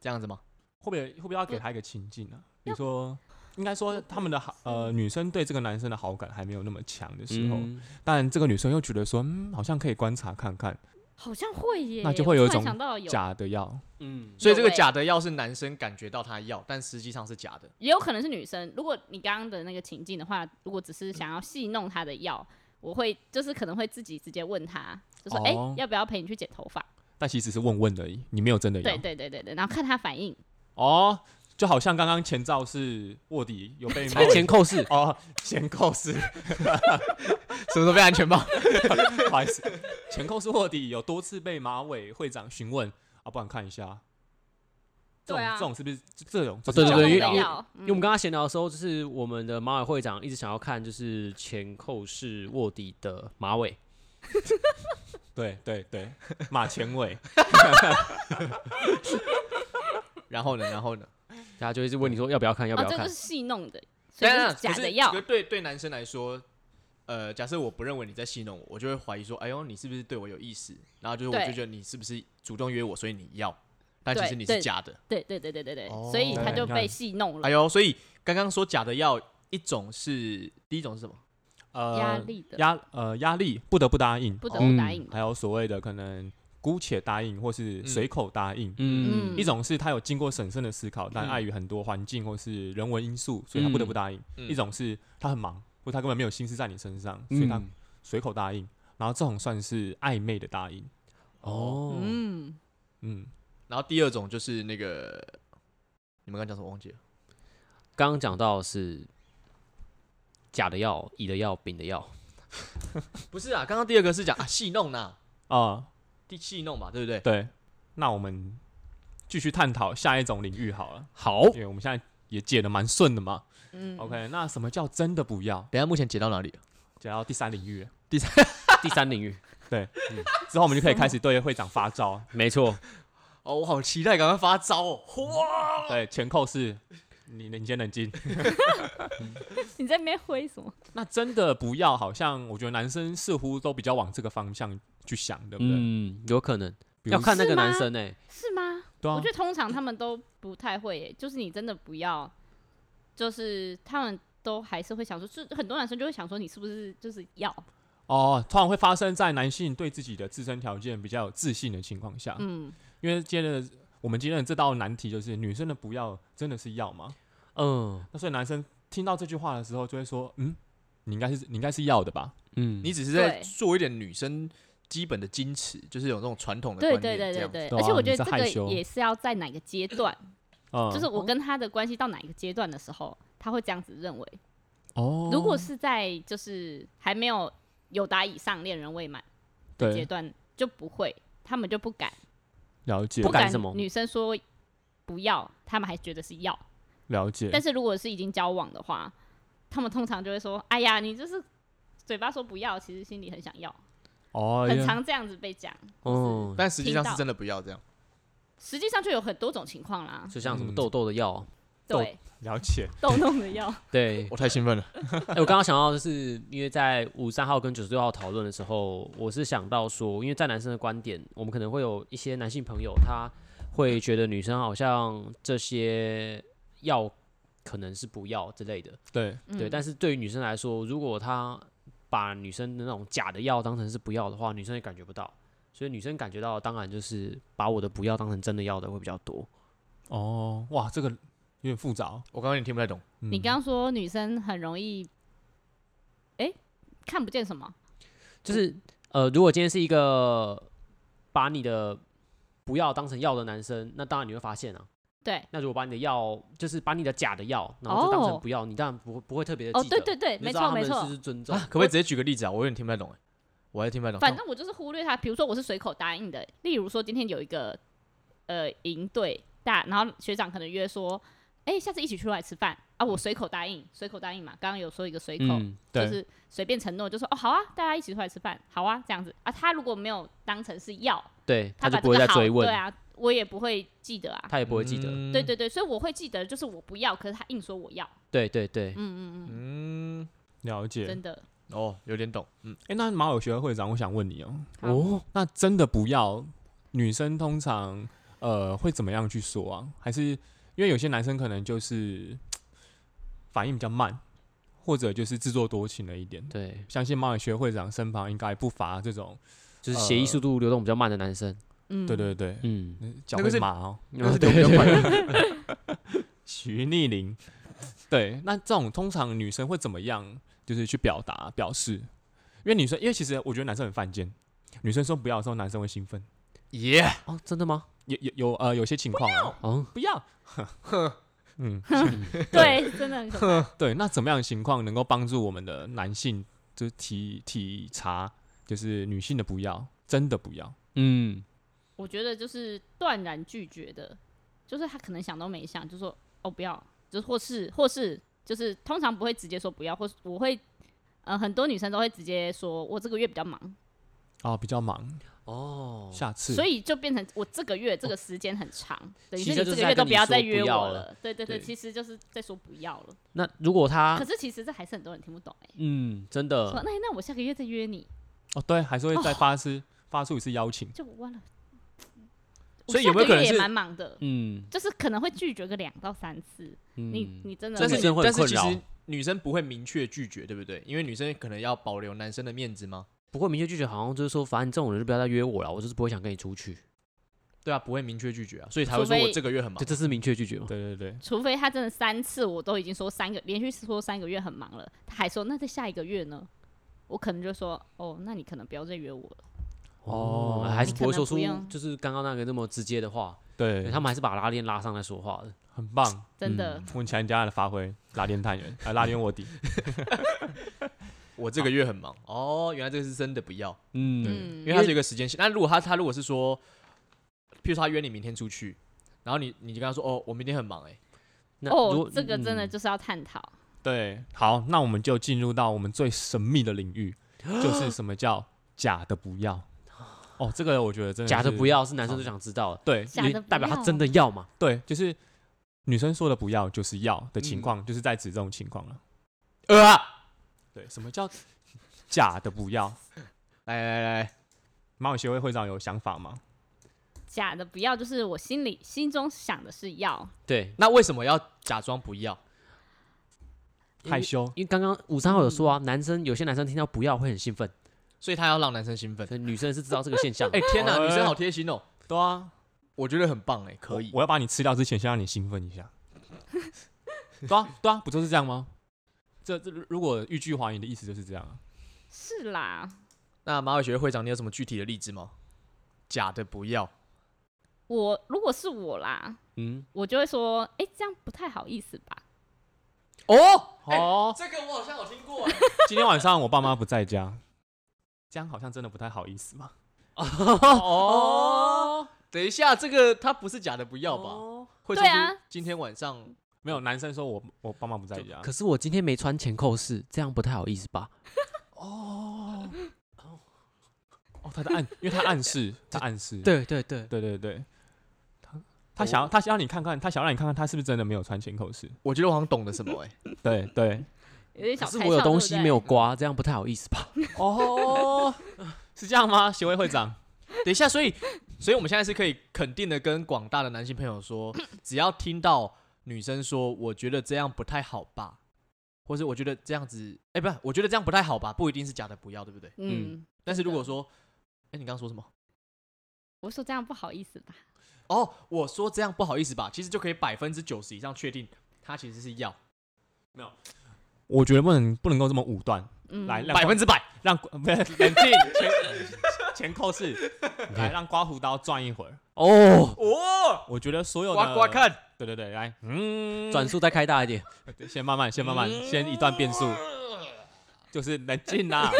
Speaker 4: 这样 子吗？
Speaker 1: 会不会会不会要
Speaker 2: 嗯
Speaker 1: 给他一个情境啊？比如
Speaker 3: 要
Speaker 1: 说，应该说他们的好呃女生对这个男生的好感还 没有那么强的时候，
Speaker 2: 嗯
Speaker 1: 但这个女生又觉得说，嗯，好像可以观察看看，
Speaker 3: 好像会耶，
Speaker 1: 那就会有一种
Speaker 3: 我突然想到有，
Speaker 1: 假的要
Speaker 2: 嗯，
Speaker 4: 所以
Speaker 3: 有
Speaker 4: 这个
Speaker 3: 欸
Speaker 4: 假的药是男生感觉到他要，但实际上是假的。
Speaker 3: 也有可能是女生。如果你刚刚的那个情境的话，如果只是想要戏弄他的药，我会就是可能会自己直接问他，就说
Speaker 1: 哦
Speaker 3: 哎、要不要陪你去剪头发？
Speaker 1: 但其实只是问问而已，你没有真的要。
Speaker 3: 对对对对对，然后看他反应。
Speaker 1: 哦，就好像刚刚前兆是卧底有 被
Speaker 2: 哎前扣是
Speaker 1: 哦前扣是，
Speaker 4: 什么时候被安全帽？
Speaker 1: 不好意思，前扣是卧底有多次被马尾会长询问啊，不然看一下。这种、
Speaker 3: 对啊
Speaker 1: 这种是不是这这种？
Speaker 2: 哦对对对因为
Speaker 3: 这种
Speaker 2: 因为
Speaker 3: 药
Speaker 2: 因为我们刚
Speaker 1: 嗯
Speaker 2: 刚闲聊的时候，就是我们的马尾会长一直想要看，就是前扣是卧底的马尾，
Speaker 1: 对对对， 马前 尾。
Speaker 4: 然后呢？然后呢？
Speaker 2: 他就一直问你说要不要看，要不
Speaker 3: 哦，
Speaker 2: 要
Speaker 3: 这就
Speaker 2: 看
Speaker 3: 是。戏弄的，所以
Speaker 4: 等
Speaker 3: 就
Speaker 4: 一
Speaker 3: 啊是
Speaker 4: 下
Speaker 3: 假
Speaker 4: 可
Speaker 3: 的
Speaker 4: 是
Speaker 3: 药
Speaker 4: 可。是对对男生来说，呃，假设我不认为你在戏弄我，我就会怀疑说，哎呦，你是不是对我有意思？然后就是我
Speaker 3: 对
Speaker 4: 就觉得你是不是主动约我，所以你要，但其
Speaker 3: 对
Speaker 4: 实你是
Speaker 3: 对
Speaker 4: 假的。
Speaker 3: 对对对对对对，
Speaker 4: 哦
Speaker 3: 所以他
Speaker 1: 对
Speaker 3: 就
Speaker 1: 你看
Speaker 3: 被戏弄了
Speaker 4: 哎，呦，所以刚刚说假的药，一种是第一种是什么？
Speaker 1: 呃，
Speaker 3: 压力的
Speaker 1: 压呃压力不得不答应，
Speaker 3: 不得
Speaker 1: 哦
Speaker 3: 不答应。
Speaker 1: 还有所谓的可能姑且答应或是随口答应。
Speaker 2: 嗯
Speaker 3: 嗯
Speaker 1: 一种是他有经过审慎的思考，但
Speaker 4: 嗯
Speaker 1: 碍于很多环境或是人为因素，所以他不得不答应；
Speaker 4: 嗯
Speaker 1: 一种是他很忙，或他根本没有心思在你身上，所以他随口答应。然后这种算是暧昧的答应。
Speaker 2: 哦，
Speaker 3: 嗯，
Speaker 1: 嗯，
Speaker 4: 然后第二种就是那个，你们刚刚讲什么忘记了？
Speaker 2: 刚刚讲到是甲的药、乙的药、丙的药。
Speaker 4: 不是啊，刚刚第二个是讲啊戏弄呐，
Speaker 1: 啊，
Speaker 4: 第戏弄嘛，对不对？
Speaker 1: 对。那我们继续探讨下一种领域好了，
Speaker 2: 好，
Speaker 1: 因为我们现在也解的蛮顺的嘛。
Speaker 4: 嗯
Speaker 1: OK，那什么叫真的不要？
Speaker 4: 等一下目前解到哪里了？
Speaker 1: 解到第三领域了，
Speaker 2: 第三领域，
Speaker 1: 之后我们就可以开始对会长发招。
Speaker 2: 没 错，
Speaker 4: 哦，我好期待，赶快发招哦！哇，
Speaker 1: 对，前扣是你你先冷静。
Speaker 3: 你在那边挥什么？
Speaker 1: 那真的不要，好像我觉得男生似乎都比较往这个方向去想，对不对？
Speaker 2: 嗯，有可能
Speaker 1: 比如
Speaker 2: 要看那个
Speaker 3: 是吗
Speaker 2: 男生哎、
Speaker 3: 是吗？
Speaker 1: 对
Speaker 3: 我
Speaker 1: 啊
Speaker 3: 觉，得通常他们都不太会耶，就是你真的不要，就是他们都还是会想说，就是很多男生就会想说，你是不是就是要？
Speaker 1: 哦，通常会发生在男性对自己的自身条件比较有自信的情况下，
Speaker 3: 嗯，
Speaker 1: 因为接着我们今天的这道难题就是女生的不要真的是要吗？
Speaker 2: 嗯
Speaker 1: 那所以男生听到这句话的时候就会说，嗯，你应该是你应该是要的吧？
Speaker 2: 嗯，
Speaker 4: 你只是在
Speaker 3: 对
Speaker 4: 做一点女生基本的矜持，就是有那种传统的
Speaker 3: 对
Speaker 4: 观
Speaker 3: 对
Speaker 4: 念
Speaker 3: 对
Speaker 4: 这
Speaker 3: 对
Speaker 4: 样子。
Speaker 3: 对，
Speaker 1: 对啊
Speaker 3: 而且我觉
Speaker 1: 你在
Speaker 3: 得这
Speaker 1: 害
Speaker 3: 个
Speaker 1: 羞
Speaker 3: 也是要在哪个阶段，
Speaker 1: 嗯，
Speaker 3: 就是我跟他的关系到哪一个阶段的时候，他会这样子认为。
Speaker 1: 哦，
Speaker 3: 如果是在就是还没有有达以上恋人未满的阶
Speaker 1: 对
Speaker 3: 段，就不会，他们就不敢，
Speaker 1: 了解
Speaker 2: 不敢
Speaker 3: 敢
Speaker 2: 什么
Speaker 3: 女生说不要，他们还觉得是要。
Speaker 1: 了解，
Speaker 3: 但是如果是已经交往的话，他们通常就会说：“哎呀，你就是嘴巴说不要，其实心里很想要。”
Speaker 1: 哦，因
Speaker 3: 很
Speaker 1: 为
Speaker 3: 常这样子被讲，嗯
Speaker 2: 哦，
Speaker 4: 但实际上
Speaker 3: 听
Speaker 4: 是
Speaker 3: 到
Speaker 4: 真的不要这样。
Speaker 3: 实际上就有很多种情况啦。
Speaker 2: 就像什么
Speaker 1: 嗯
Speaker 2: 痘痘的药，
Speaker 1: 豆
Speaker 3: 对，
Speaker 1: 了解，
Speaker 3: 动动的 要，
Speaker 2: 对，
Speaker 4: 我太兴奋了，
Speaker 2: 哎、我刚刚想到的是，因为在五三号跟九十六号讨论的时候，我是想到说，因为在男生的观点，我们可能会有一些男性朋友，他会觉得女生好像这些要可能是不要之类的，
Speaker 1: 对，
Speaker 3: 嗯
Speaker 2: 对。但是对于女生来说，如果她把女生的那种假的要当成是不要的话，女生也感觉不到，所以女生感觉到，当然就是把我的不要当成真的要的会比较多。
Speaker 1: 哦，哇，这个有点复杂哦，
Speaker 4: 我刚刚有点听不太懂。
Speaker 1: 嗯
Speaker 3: 你刚刚说女生很容易，哎、看不见什么？
Speaker 2: 就是
Speaker 3: 嗯
Speaker 2: 呃，如果今天是一个把你的不要当成要的男生，那当然你会发现啊。
Speaker 3: 对，
Speaker 2: 那如果把你的要，就是把你的假的要，然后就当成
Speaker 3: 哦
Speaker 2: 不要，你当然不会不会特别的
Speaker 3: 哦，
Speaker 2: 记得。
Speaker 3: 对对对，
Speaker 2: 你就
Speaker 3: 没
Speaker 2: 知道
Speaker 3: 错
Speaker 2: 他
Speaker 3: 没
Speaker 2: 们
Speaker 3: 错
Speaker 2: 是不。是尊重
Speaker 4: 啊，？ 可不可以直接举个例子啊？我有点听不太懂哎、我还是听不太懂。
Speaker 2: 哦
Speaker 3: 反正我就是忽略他，比如说我是随口答应的，例如说今天有一个呃营队大，然后学长可能约说，哎、下次一起出来吃饭啊，我随口答应，随口答应嘛，刚刚有说一个随口，
Speaker 2: 嗯，
Speaker 3: 就
Speaker 1: 对，
Speaker 3: 是随便承诺，就说哦好啊，大家一起出来吃饭，好啊这样子啊。他如果没有当成是要，
Speaker 2: 对，
Speaker 3: 他
Speaker 2: 就
Speaker 3: 把
Speaker 2: 不
Speaker 3: 这
Speaker 2: 会再
Speaker 3: 个好，
Speaker 2: 追问，
Speaker 3: 对啊，我也不会记得啊。
Speaker 2: 他也不会记得。
Speaker 4: 嗯
Speaker 3: 对，对对，所以我会记得，就是我不要，可是他硬说我要，
Speaker 2: 对对对，
Speaker 4: 嗯，
Speaker 1: 了解
Speaker 3: 真。的
Speaker 4: 哦，有点 懂。嗯，
Speaker 1: 哎，那马友学会长，我想问你哦，
Speaker 3: 哦，
Speaker 2: 哦，
Speaker 1: 那真的不要，女生通常呃会怎么样去说啊？还是因为有些男生可能就是反应比较慢，或者就是自作多情了一点。
Speaker 2: 对，
Speaker 1: 相信马尔学会长身旁应该不乏这种，
Speaker 2: 就是协议
Speaker 1: 呃
Speaker 2: 速度流动比较慢的男生。
Speaker 3: 嗯，
Speaker 1: 对对对，
Speaker 2: 嗯，
Speaker 1: 脚
Speaker 4: 那个
Speaker 1: 会
Speaker 4: 是
Speaker 1: 麻哦，
Speaker 4: 那是
Speaker 2: 对
Speaker 4: 流比较快 的。
Speaker 1: 徐逆龄。对，那这种通常女生会怎么样？就是去表达表示，因为女生，因为其实我觉得男生很犯贱，女生说不要的时候，男生会兴奋，
Speaker 4: 耶，
Speaker 2: 哦，真的吗？
Speaker 1: 有有有呃有些情况啊，
Speaker 2: 哦，
Speaker 1: 不要，嗯，
Speaker 3: 对，真的很可怕。
Speaker 1: 对，那怎么样的情况能够帮助我们的男性，就是体体察，就是女性的不要，真的不要，
Speaker 2: 嗯，
Speaker 3: 我觉得就是断然拒绝的，就是他可能想都没想就说哦不要，就是或是或是就是通常不会直接说不要，或是我会呃很多女生都会直接说我这个月比较忙，
Speaker 1: 哦，比较忙，
Speaker 2: 哦，
Speaker 1: 下次，
Speaker 3: 所以就变成我这个月这个时间很长，等于
Speaker 2: 其
Speaker 3: 是
Speaker 2: 实
Speaker 3: 你
Speaker 2: 就是
Speaker 3: 这个
Speaker 2: 在
Speaker 3: 月都
Speaker 2: 跟你
Speaker 3: 要
Speaker 2: 说
Speaker 3: 再
Speaker 2: 不
Speaker 3: 约
Speaker 2: 要
Speaker 3: 我
Speaker 2: 了
Speaker 3: 了。对对对，
Speaker 2: 对啊
Speaker 3: 其实就是在说不要了。
Speaker 2: 那如果他
Speaker 3: 可，是其实这还是很多人听不懂哎、
Speaker 2: 嗯，真
Speaker 3: 说
Speaker 2: 的，
Speaker 3: 那那我下个月再约你，
Speaker 1: 哦，对，还是会再发出、发出一次邀请，
Speaker 3: 就我忘了。
Speaker 4: 所以有没有可能
Speaker 3: 我下个月
Speaker 4: 是
Speaker 3: 也蛮忙的？
Speaker 2: 嗯，
Speaker 3: 就是可能会拒绝个两到三次，你
Speaker 2: 嗯，
Speaker 3: 你真的
Speaker 4: 但是
Speaker 3: 会
Speaker 2: 女生会
Speaker 4: 但是
Speaker 2: 困
Speaker 4: 其
Speaker 2: 扰
Speaker 4: 实女生不会明确拒绝，对不对？因为女生可能要保留男生的面子吗？
Speaker 2: 不过明确拒绝好像就是说，反正你这种人就不要再约我了，我就是不会想跟你出去。
Speaker 4: 对啊，不会明确拒绝啊，所以才会
Speaker 3: 除
Speaker 4: 说
Speaker 3: 非
Speaker 4: 我这个月很忙
Speaker 2: 这。这是明确拒绝吗？
Speaker 1: 对对对，
Speaker 3: 除非他真的三次我都已经说三个连续说三个月很忙了，他还说那在下一个月呢，我可能就说哦，那你可能不要再约我了。
Speaker 2: 哦，还是
Speaker 3: 可
Speaker 2: 不会
Speaker 3: 能
Speaker 2: 说
Speaker 3: 不
Speaker 2: 出
Speaker 3: 用
Speaker 2: 就是刚刚那个那么直接的话，
Speaker 1: 对，
Speaker 2: 他们还是把拉链拉上来说话的。
Speaker 1: 很棒，
Speaker 3: 真的。
Speaker 1: 问强家的发挥，拉练探员，啊，拉练卧底，
Speaker 4: 我这个月很忙哦，原来这个是真的不要，
Speaker 2: 嗯，
Speaker 3: 嗯
Speaker 4: 因为它是有一个时间性。那如果他他如果是说，譬如说他约你明天出去，然后你你就跟他说哦，我明天很忙哎、
Speaker 2: 那如
Speaker 3: 哦
Speaker 2: 果，
Speaker 3: 这个真的
Speaker 2: 嗯
Speaker 3: 就是要探讨。
Speaker 1: 对，好，那我们就进入到我们最神秘的领域，就是什么叫假的不要。哦，这个我觉得真的
Speaker 2: 假的
Speaker 1: 是
Speaker 2: 不，要是男生最想知道的，
Speaker 1: 对，
Speaker 3: 假
Speaker 1: 你
Speaker 3: 的不
Speaker 2: 代表他
Speaker 3: 要
Speaker 2: 真的要嘛？
Speaker 1: 对，就是女生说的不要就是要的情
Speaker 4: 嗯
Speaker 1: 况，就是在指这种情况了。
Speaker 4: 呃啊，
Speaker 1: 对，什么 叫假的不要？
Speaker 4: 来来来，
Speaker 1: 马友协会会长有想法吗？
Speaker 3: 假的不要，就是我心里心中想的是要，
Speaker 2: 对，
Speaker 4: 那为什么要假装不要？
Speaker 1: 害羞，
Speaker 2: 因为刚刚五三号有说啊，
Speaker 3: 嗯
Speaker 2: 男生有些男生听到不要会很兴奋，
Speaker 4: 所以他要让男生兴奋。
Speaker 2: 可能女生是知道这个现象的。
Speaker 4: 哎、天哪，
Speaker 1: 哎
Speaker 4: 女生好贴心哦，
Speaker 1: 对啊，
Speaker 4: 我觉得很棒哎、可以
Speaker 1: 我。我要把你吃掉之前，先让你兴奋一下。 对啊，对啊，不就是这样吗？这这如果欲拒还迎的意思就是这样啊。
Speaker 3: 是啦。
Speaker 4: 那马尾学会长，你有什么具体的例子吗？假的不要，
Speaker 3: 我如果是我啦，
Speaker 2: 嗯，
Speaker 3: 我就会说，哎、这样不太好意思吧？
Speaker 4: 哦，
Speaker 1: 哦，
Speaker 4: 这个我好像有听过、哎
Speaker 1: 今天晚上我爸妈不在家，这样好像真的不太好意思嘛。
Speaker 4: 哦，等一下，这个他不是假的不要吧？
Speaker 1: 哦
Speaker 4: 会说
Speaker 3: 对啊
Speaker 4: 出今天晚上
Speaker 1: 没有，男生说我我爸妈不在家，
Speaker 2: 可是我今天没穿前扣式，这样不太好意思吧？
Speaker 1: 哦，他在暗，因为他暗示，他暗示，
Speaker 2: 对对对，
Speaker 1: 对对对，他他想要他想让你看看，他想让你看看他是不是真的没有穿前口式。
Speaker 4: 我觉得我好像懂得 什么哎、
Speaker 1: 对对，
Speaker 3: 有点小
Speaker 2: 可是
Speaker 3: 开
Speaker 2: 我有
Speaker 3: 窍
Speaker 2: 东西没有？
Speaker 3: 对不对
Speaker 2: 刮，这样不太好意思吧？
Speaker 1: 哦，是这样吗？协会会长，
Speaker 4: 等一下，所以，所以我们现在是可以肯定的跟广大的男性朋 友说，只要听到女生说“我觉得这样不太好吧”，或是“我觉得这样子”，哎、不是，我觉得这样不太好吧，不一定是假的不要，对不对？
Speaker 3: 嗯，
Speaker 4: 但是如果说，哎、你刚刚说什么？
Speaker 3: 我说这样不好意思吧？
Speaker 4: 哦，我说这样不好意思吧，其实就可以百分之九十以上确定他其实是要
Speaker 1: 我觉得不能不能够这么武断，
Speaker 3: 嗯，
Speaker 1: 来让
Speaker 4: 百分之百。
Speaker 1: 让不是冷静前前扣式，来让刮胡刀转一会儿。
Speaker 2: 哦，
Speaker 4: 哦，
Speaker 1: 我觉得所有
Speaker 4: 刮
Speaker 1: 的
Speaker 4: 刮看，
Speaker 1: 对对对，来，嗯，
Speaker 2: 转速再开大一点。
Speaker 1: 先慢慢，先慢慢，先一段变速，就是冷静啦。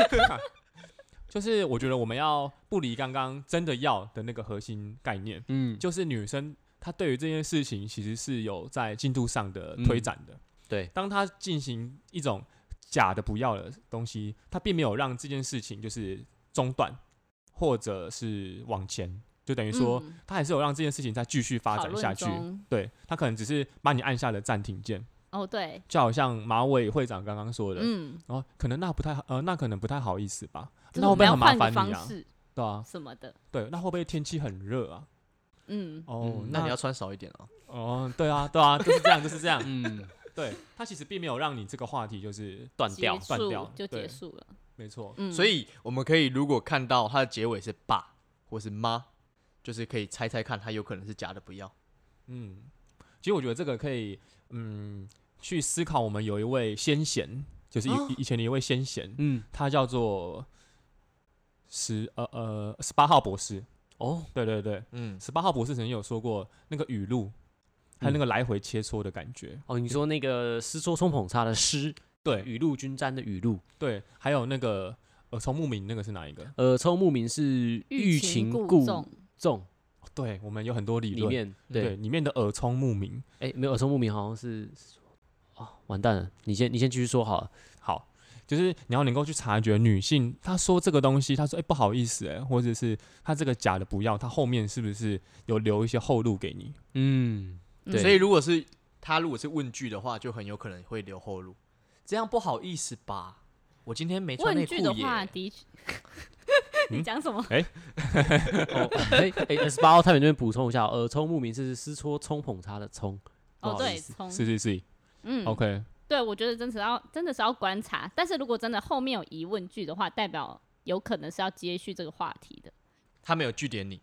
Speaker 1: 就是我觉得我们要不离刚刚真的要的那个核心概念，
Speaker 2: 嗯，
Speaker 1: 就是女生她对于这件事情其实是有在进度上的
Speaker 4: 嗯
Speaker 1: 推展的。
Speaker 2: 对，
Speaker 1: 当她进行一种假的不要的东西，她并没有让这件事情就是中断，或者是往前，就等于说、
Speaker 3: 嗯
Speaker 1: 她还是有让这件事情再继续发
Speaker 3: 讨
Speaker 1: 展下
Speaker 3: 论
Speaker 1: 去。
Speaker 3: 中，
Speaker 1: 对，她可能只是把你按下了暂停键，
Speaker 3: 哦，对，
Speaker 1: 就好像马尾会长刚刚说的，
Speaker 3: 嗯，
Speaker 1: 哦，可能那不太好呃，那可能不太好意思吧？
Speaker 3: 就是
Speaker 1: 那会
Speaker 3: 我
Speaker 1: 不会
Speaker 3: 们要
Speaker 1: 很麻
Speaker 3: 换个
Speaker 1: 烦
Speaker 3: 方
Speaker 1: 你啊？
Speaker 3: 式
Speaker 1: 对啊，
Speaker 3: 什么的，
Speaker 1: 对，那会不会天气很热啊？
Speaker 3: 嗯，
Speaker 1: 哦，
Speaker 2: 嗯
Speaker 1: 那
Speaker 4: 那你要穿少一点啊。
Speaker 1: 哦，对啊，对啊，就是这样，就是这样。
Speaker 2: 嗯，
Speaker 1: 对他其实并没有让你这个话题就是
Speaker 2: 断掉
Speaker 3: 结。
Speaker 1: 断
Speaker 3: 束
Speaker 1: 掉
Speaker 3: 就
Speaker 1: 对
Speaker 3: 结束了，
Speaker 1: 没错，
Speaker 3: 嗯，
Speaker 4: 所以我们可以如果看到它的结尾是爸或是妈，就是可以猜猜看它有可能是假的不要。
Speaker 1: 嗯，其实我觉得这个可以，嗯，去思考我们有一位先贤，就是以、以前的一位先贤，
Speaker 2: 嗯，
Speaker 1: 他叫做十呃呃十八号博士，
Speaker 2: 哦，
Speaker 1: 对对对，
Speaker 4: 嗯，
Speaker 1: 十八号博士曾经有说过那个语录，还有那个来回切磋的感觉，
Speaker 2: 哦，你说那个师说冲捧叉的师，
Speaker 1: 对
Speaker 2: 雨露均沾的雨露，
Speaker 1: 对，还有那个呃，从牧民那个是哪一个？
Speaker 2: 呃，抽牧民是
Speaker 3: 欲
Speaker 2: 擒
Speaker 3: 故纵，
Speaker 2: 纵
Speaker 1: 对我们有很多理
Speaker 2: 里
Speaker 1: 论，
Speaker 2: 面，
Speaker 1: 对
Speaker 2: 对，
Speaker 1: 里面的耳聪牧民。
Speaker 2: 哎，没有抽牧民好像是，哦，完蛋了，你先你先继续说好了。
Speaker 1: 好，就是你要能够去察觉女性，她说这个东西，她说哎、不好意思哎、或者是她这个假的不要，她后面是不是有留一些后路给你？
Speaker 2: 嗯，
Speaker 3: 嗯
Speaker 2: 对
Speaker 4: 所以如果是他如果是问句的话，就很有可能会留后路。这样不好意思吧，我今天没穿哎内
Speaker 3: 问
Speaker 4: 裤
Speaker 3: 句的话，
Speaker 4: 耶。
Speaker 3: 的确， 你讲什么？
Speaker 2: 哦，哎哎，十八号太原这边补充一下，呃，抽牧民是师说冲捧叉的冲，不
Speaker 3: 哦，
Speaker 2: 好意
Speaker 3: 对，
Speaker 2: 思
Speaker 3: 从
Speaker 1: 是是是、
Speaker 3: 嗯
Speaker 1: o k
Speaker 3: 对，我觉得真是要真的是要观察，但是如果真的后面有疑问句的话，代表有可能是要接续这个话题的，
Speaker 4: 他没有据点你，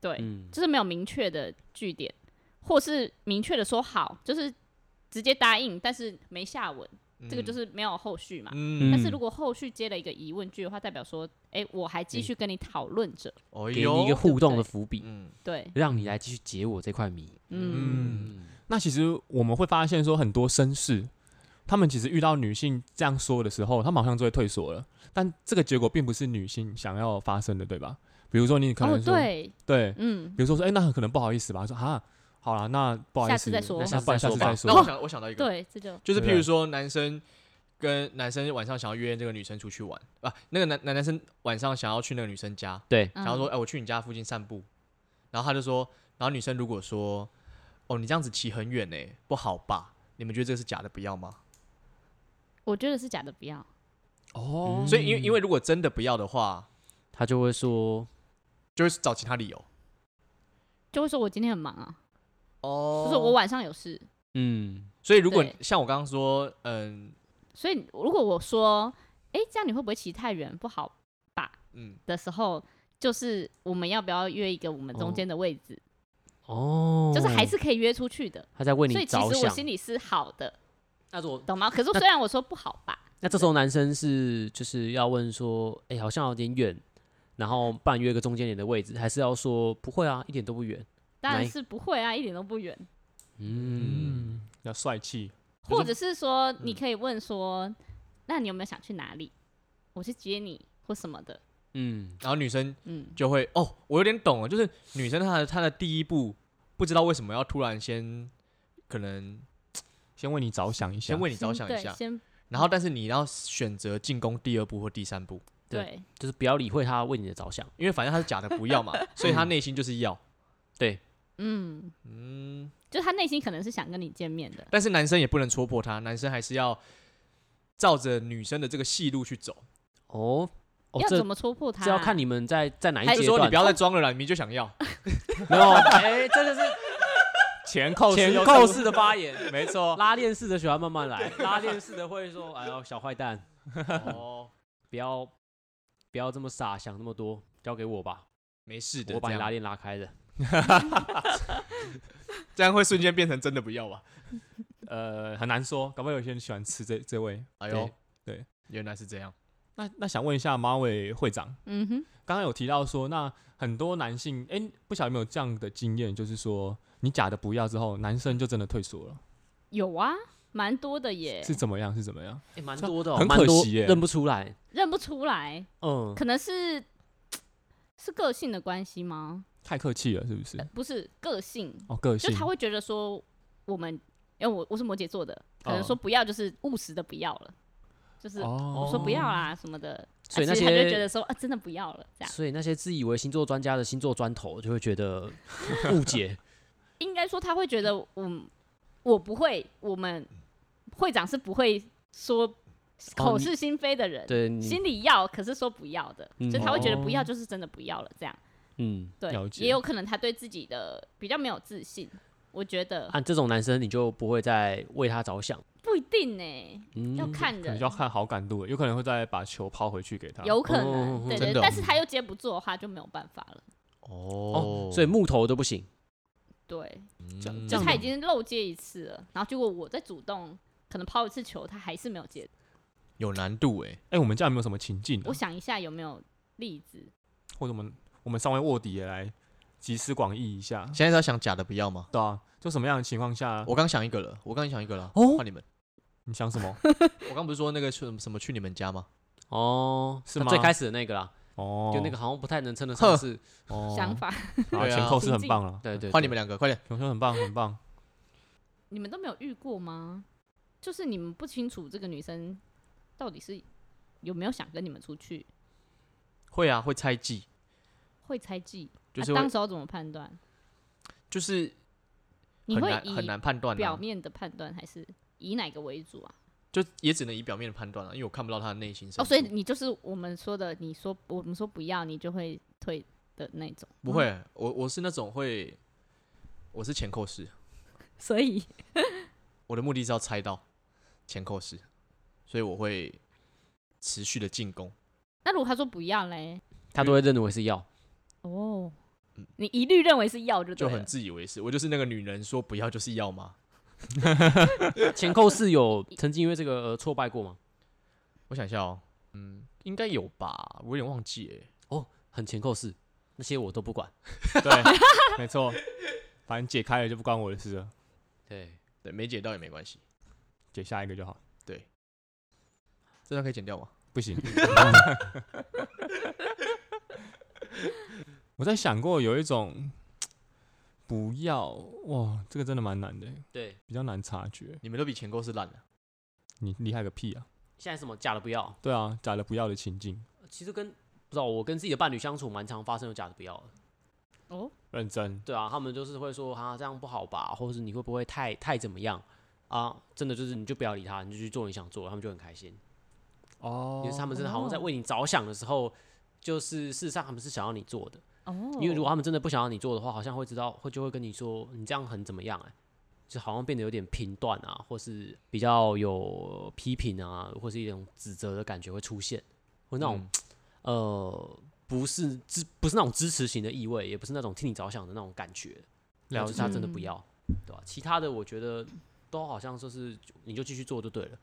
Speaker 3: 对，
Speaker 2: 嗯，
Speaker 3: 就是没有明确的据点，或是明确的说好，就是直接答应，但是没下文，这个就是没有后续嘛。
Speaker 4: 嗯，
Speaker 3: 但是
Speaker 2: 嗯
Speaker 3: 如果后续接了一个疑问句的话，代表说，哎、我还继续跟你讨论着，
Speaker 4: 哦
Speaker 2: 给你一个
Speaker 4: 哟，
Speaker 2: 互动的伏笔，
Speaker 4: 嗯
Speaker 3: 对，
Speaker 2: 让你来继续解我这块谜。
Speaker 3: 嗯，
Speaker 1: 嗯，那其实我们会发现说，很多绅士，他们其实遇到女性这样说的时候，他们好像就会退缩了。但这个结果并不是女性想要发生的，对吧？比如说你可
Speaker 3: 哦
Speaker 1: 能说，
Speaker 3: 对，
Speaker 1: 对
Speaker 3: 嗯，
Speaker 1: 比如说说，哎、那很可能不好意思吧？说啊，好啦，那不好意思，
Speaker 3: 下次再说
Speaker 1: 那
Speaker 3: 那
Speaker 1: 下
Speaker 2: 下
Speaker 1: 次下次
Speaker 2: 次
Speaker 1: 再
Speaker 2: 再
Speaker 1: 说
Speaker 4: 那。我想我想到一个，
Speaker 3: 对，这就
Speaker 4: 就是譬
Speaker 1: 对
Speaker 4: 如说男生跟男生晚上想要约这个女生出去玩，啊，那个男男男生晚上想要去那个女生家，
Speaker 2: 对，
Speaker 3: 嗯
Speaker 4: 然后说，哎、我去你家附近散步。然后他就说，然后女生如果说，哦，你这样子骑很远呢、欸不好吧？你们觉得这个是假的，不要吗？
Speaker 3: 我觉得是假的，不要。
Speaker 1: 哦，
Speaker 4: 所以因为因为如果真的不要的话，
Speaker 2: 他就会说，
Speaker 4: 就会找其他理由。
Speaker 3: 就会说我今天很忙啊，
Speaker 4: 哦
Speaker 3: 就是我晚上有事，
Speaker 2: 嗯，
Speaker 4: 所以如果
Speaker 3: 对
Speaker 4: 像我刚刚说，嗯
Speaker 3: 所以如果我说，哎、这样你会不会骑太远不好
Speaker 4: 嗯，
Speaker 3: 的时候，就是我们要不要约一个我们中间的位置，
Speaker 2: 哦，
Speaker 3: 就是还是可以约出去的。
Speaker 2: 他在为
Speaker 3: 所
Speaker 2: 你
Speaker 3: 以其
Speaker 2: 着
Speaker 3: 实我
Speaker 2: 想。
Speaker 3: 心里是好的，
Speaker 2: 那如果
Speaker 3: 懂吗？可是
Speaker 2: 那
Speaker 3: 虽然我说不好吧，
Speaker 2: 那这时候男生是就是要问说，哎、好像有点远，然后不然约个中间点的位置，还是要说不会啊，一点都不远。
Speaker 3: 当然
Speaker 2: 哪一
Speaker 3: 是不会啊，一点都不远。
Speaker 2: 嗯，
Speaker 1: 嗯，要帅气，
Speaker 3: 或者是说，你可以问说，那你有没有想去哪里？我去接你或什么的。
Speaker 2: 嗯，
Speaker 4: 然后女生
Speaker 3: 嗯，
Speaker 4: 就会，哦，我有点懂了，就是女生她的她的第一步，不知道为什么要突然先，可能
Speaker 1: 先为你着想一下。
Speaker 4: 先为你着
Speaker 3: 先
Speaker 4: 想
Speaker 3: 对
Speaker 4: 一下，
Speaker 3: 先
Speaker 4: 然后但是你要选择进攻第二步或第三步，
Speaker 2: 对
Speaker 3: 对，
Speaker 2: 就是不要理会他为你的着想。
Speaker 4: 因为反正他是假的不 要嘛，所以他内心就是要。
Speaker 2: 对，
Speaker 3: 嗯，
Speaker 4: 嗯，
Speaker 3: 就他内心可能是想跟你见面的。
Speaker 4: 但是男生也不能戳破他，男生还是要照着女生的这个戏路去走，
Speaker 2: 哦，哦
Speaker 3: 要
Speaker 2: 这
Speaker 3: 怎么戳破他、
Speaker 2: 这要看你们在在哪一
Speaker 3: 还
Speaker 4: 就
Speaker 2: 阶
Speaker 4: 说
Speaker 2: 段
Speaker 4: 你不。要再装了啦，你明明就想要。
Speaker 2: 没 有，哎、这就是
Speaker 1: 前扣
Speaker 2: 前扣式的发言。
Speaker 1: 没错。
Speaker 2: 哦 拉链式的喜欢慢慢来， 拉链式的会说，哎呦，小坏蛋，
Speaker 4: 哦，
Speaker 2: 不要不要这么傻，想那么多，交给我吧，
Speaker 4: 没事的，
Speaker 2: 我把
Speaker 4: 这
Speaker 2: 你
Speaker 4: 样
Speaker 2: 拉链拉开的。
Speaker 4: 这样会瞬间变成真的不要吧？ 啊
Speaker 1: 呃，很难说，搞不好有些人喜欢吃这这位。
Speaker 4: 哎呦，
Speaker 1: 对对，
Speaker 4: 原来是这样。
Speaker 1: 那那想问一下马尾会长，
Speaker 3: 嗯哼，
Speaker 1: 刚刚有提到说，那很多男性，哎、不晓得有没有这样的经验，就是说你假的不要之后，男生就真的退缩了，
Speaker 3: 有啊，蛮多的耶，
Speaker 1: 是怎么样？是怎么样？
Speaker 2: 哎、蛮
Speaker 1: 这
Speaker 2: 多的、哦，
Speaker 1: 很
Speaker 2: 蛮
Speaker 1: 可
Speaker 2: 多
Speaker 1: 惜耶
Speaker 2: 认不出来。
Speaker 3: 认不出来，
Speaker 2: 嗯，
Speaker 3: 可能是是个性的关系吗？
Speaker 1: 太客气了，是不是？
Speaker 3: 不是个性，
Speaker 1: 哦，个
Speaker 3: 呃就
Speaker 1: 性
Speaker 3: 他会觉得说我们，因为我我是摩羯座的，可能
Speaker 1: 哦
Speaker 3: 说不要就是务实的不要了，就是
Speaker 1: 哦
Speaker 3: 我说不要啦什么的，
Speaker 2: 所以
Speaker 3: 啊
Speaker 2: 那
Speaker 3: 其实他就
Speaker 2: 些
Speaker 3: 觉得说啊真的不要了，这样
Speaker 2: 所以那些自以为星座专家的星座砖头就会觉得误 解，
Speaker 3: 应该说他会觉得我我不会，我们会长是不会说口
Speaker 2: 你
Speaker 3: 是心非的人，
Speaker 2: 对，你
Speaker 3: 心里要可是说不要的，
Speaker 2: 嗯
Speaker 3: 所以他会觉得不要
Speaker 1: 哦
Speaker 3: 就是真的不要了这样。
Speaker 2: 嗯，
Speaker 3: 对
Speaker 1: 了，解
Speaker 3: 也有可能他对自己的比较没有自信，我觉得
Speaker 2: 按啊这种男生你就不会再为他着想，
Speaker 3: 不一定呢、
Speaker 2: 嗯，
Speaker 3: 要看
Speaker 1: 可能
Speaker 3: 人
Speaker 1: 就要，看好感度了，有可能会再把球抛回去给他。
Speaker 3: 有可
Speaker 2: 哦
Speaker 3: 能，对
Speaker 4: 真
Speaker 3: 对
Speaker 4: 的
Speaker 3: 对，
Speaker 4: 哦
Speaker 3: 但是他又接不住的话就没有办法了。
Speaker 4: 哦
Speaker 2: 所以木头都不行，
Speaker 3: 对，
Speaker 1: 这
Speaker 4: 嗯
Speaker 1: 样这
Speaker 3: 就是
Speaker 1: 样
Speaker 3: 他
Speaker 1: 子
Speaker 3: 已经漏接一次了，然后结果我再主动可能抛一次球，他还是没有接。
Speaker 4: 有难度哎、
Speaker 1: 哎、我们这样有没有什么情境、啊
Speaker 3: 我？想一下有没有例子？
Speaker 1: 或者我们我们三位卧底也来集思广益一下，
Speaker 4: 现在是要想假的不要吗？
Speaker 1: 对啊，就什么样的情况下，
Speaker 4: 我刚想一个了，我刚想一个了，
Speaker 2: 哦
Speaker 4: 换你们。
Speaker 1: 你想什么？
Speaker 4: 我刚不是说那个去什么去你们家吗？
Speaker 2: 哦，
Speaker 1: 是
Speaker 2: 那
Speaker 1: 吗
Speaker 2: 最开始的那个啦，
Speaker 1: 哦，
Speaker 2: 就那个好像不太能称得上是，
Speaker 1: 哦
Speaker 3: 想，法，
Speaker 1: 啊，
Speaker 4: 对啊
Speaker 1: 前扣是很
Speaker 3: 情
Speaker 1: 棒了，
Speaker 2: 对对，
Speaker 4: 换你们
Speaker 2: 对，
Speaker 4: 两个，快点。
Speaker 1: 熊熊很棒，很棒。
Speaker 3: 你们都没有遇过吗？就是你们不清楚这个女生到底是有没有想跟你们出去，
Speaker 4: 会啊，会猜忌，
Speaker 3: 会猜忌，
Speaker 4: 就是
Speaker 3: 啊、
Speaker 4: 会、
Speaker 3: 当时候怎么判断？
Speaker 4: 就是
Speaker 3: 你
Speaker 4: 很
Speaker 3: 会
Speaker 4: 难
Speaker 3: 以
Speaker 4: 很难判断、
Speaker 3: 表
Speaker 4: 啊，
Speaker 3: 面的判断，还是以哪个为主啊？
Speaker 4: 就也只能以表面的判断了、啊因为我看不到他的内心深处。
Speaker 3: 哦，所以你就是我们说的，你说我们说不要，你就会退的那种。
Speaker 4: 不会，我我是那种会，我是前扣式，
Speaker 3: 所以
Speaker 4: 我的目的是要猜到前扣式，所以我会持续的进攻。
Speaker 3: 那如果他说不要嘞，
Speaker 2: 他都会认为是要，
Speaker 3: 哦
Speaker 4: 嗯，
Speaker 3: 你一律认为是要就对
Speaker 4: 就
Speaker 3: 了
Speaker 4: 很自以为是，我就是那个女人说不要就是要吗？
Speaker 2: 前扣四有曾经因为这个而挫败过吗？
Speaker 4: 我想一下哦，嗯，应该有吧，我有点忘记哎。
Speaker 2: 很前扣四，那些我都不管。
Speaker 1: 对，没错，反正解开了就不关我的事了，
Speaker 2: 对，
Speaker 4: 对，没解到也没关系，
Speaker 1: 解下一个就好。
Speaker 4: 这段可以剪掉吗？
Speaker 1: 不行。我在想过有一种不要哇，这个真的蛮难的，
Speaker 2: 对，
Speaker 1: 比较难察觉。
Speaker 4: 你们都比前公司烂了。
Speaker 1: 你厉害个屁啊！
Speaker 2: 现在什么假的不要，
Speaker 1: 对啊，假的不要的情境，
Speaker 2: 其实跟不知道我跟自己的伴侣相处蛮常发生有假的不要的。
Speaker 3: 哦，
Speaker 1: 认真
Speaker 2: 对啊，他们就是会说啊这样不好吧，或者是你会不会太太怎么样啊？真的就是你就不要理他，你就去做你想做的，他们就很开心。
Speaker 1: 哦
Speaker 2: 因为他们真的好像在为你着想的时候，就是事实上他们是想要你做的。
Speaker 3: 哦，
Speaker 2: 因为如果他们真的不想要你做的话，好像会知道，会就会跟你说你这样很怎么样哎、就好像变得有点评断啊，或是比较有批评啊，或是一种指责的感觉会出现，或那种、
Speaker 4: 嗯
Speaker 2: 呃不是支不是那种支持型的意味，也不是那种替你着想的那种感觉，
Speaker 1: 了
Speaker 2: 了
Speaker 1: 解
Speaker 2: 解他真的不
Speaker 3: 嗯
Speaker 2: 要，对吧、其他的我觉得都好像说是你就继续做就对了，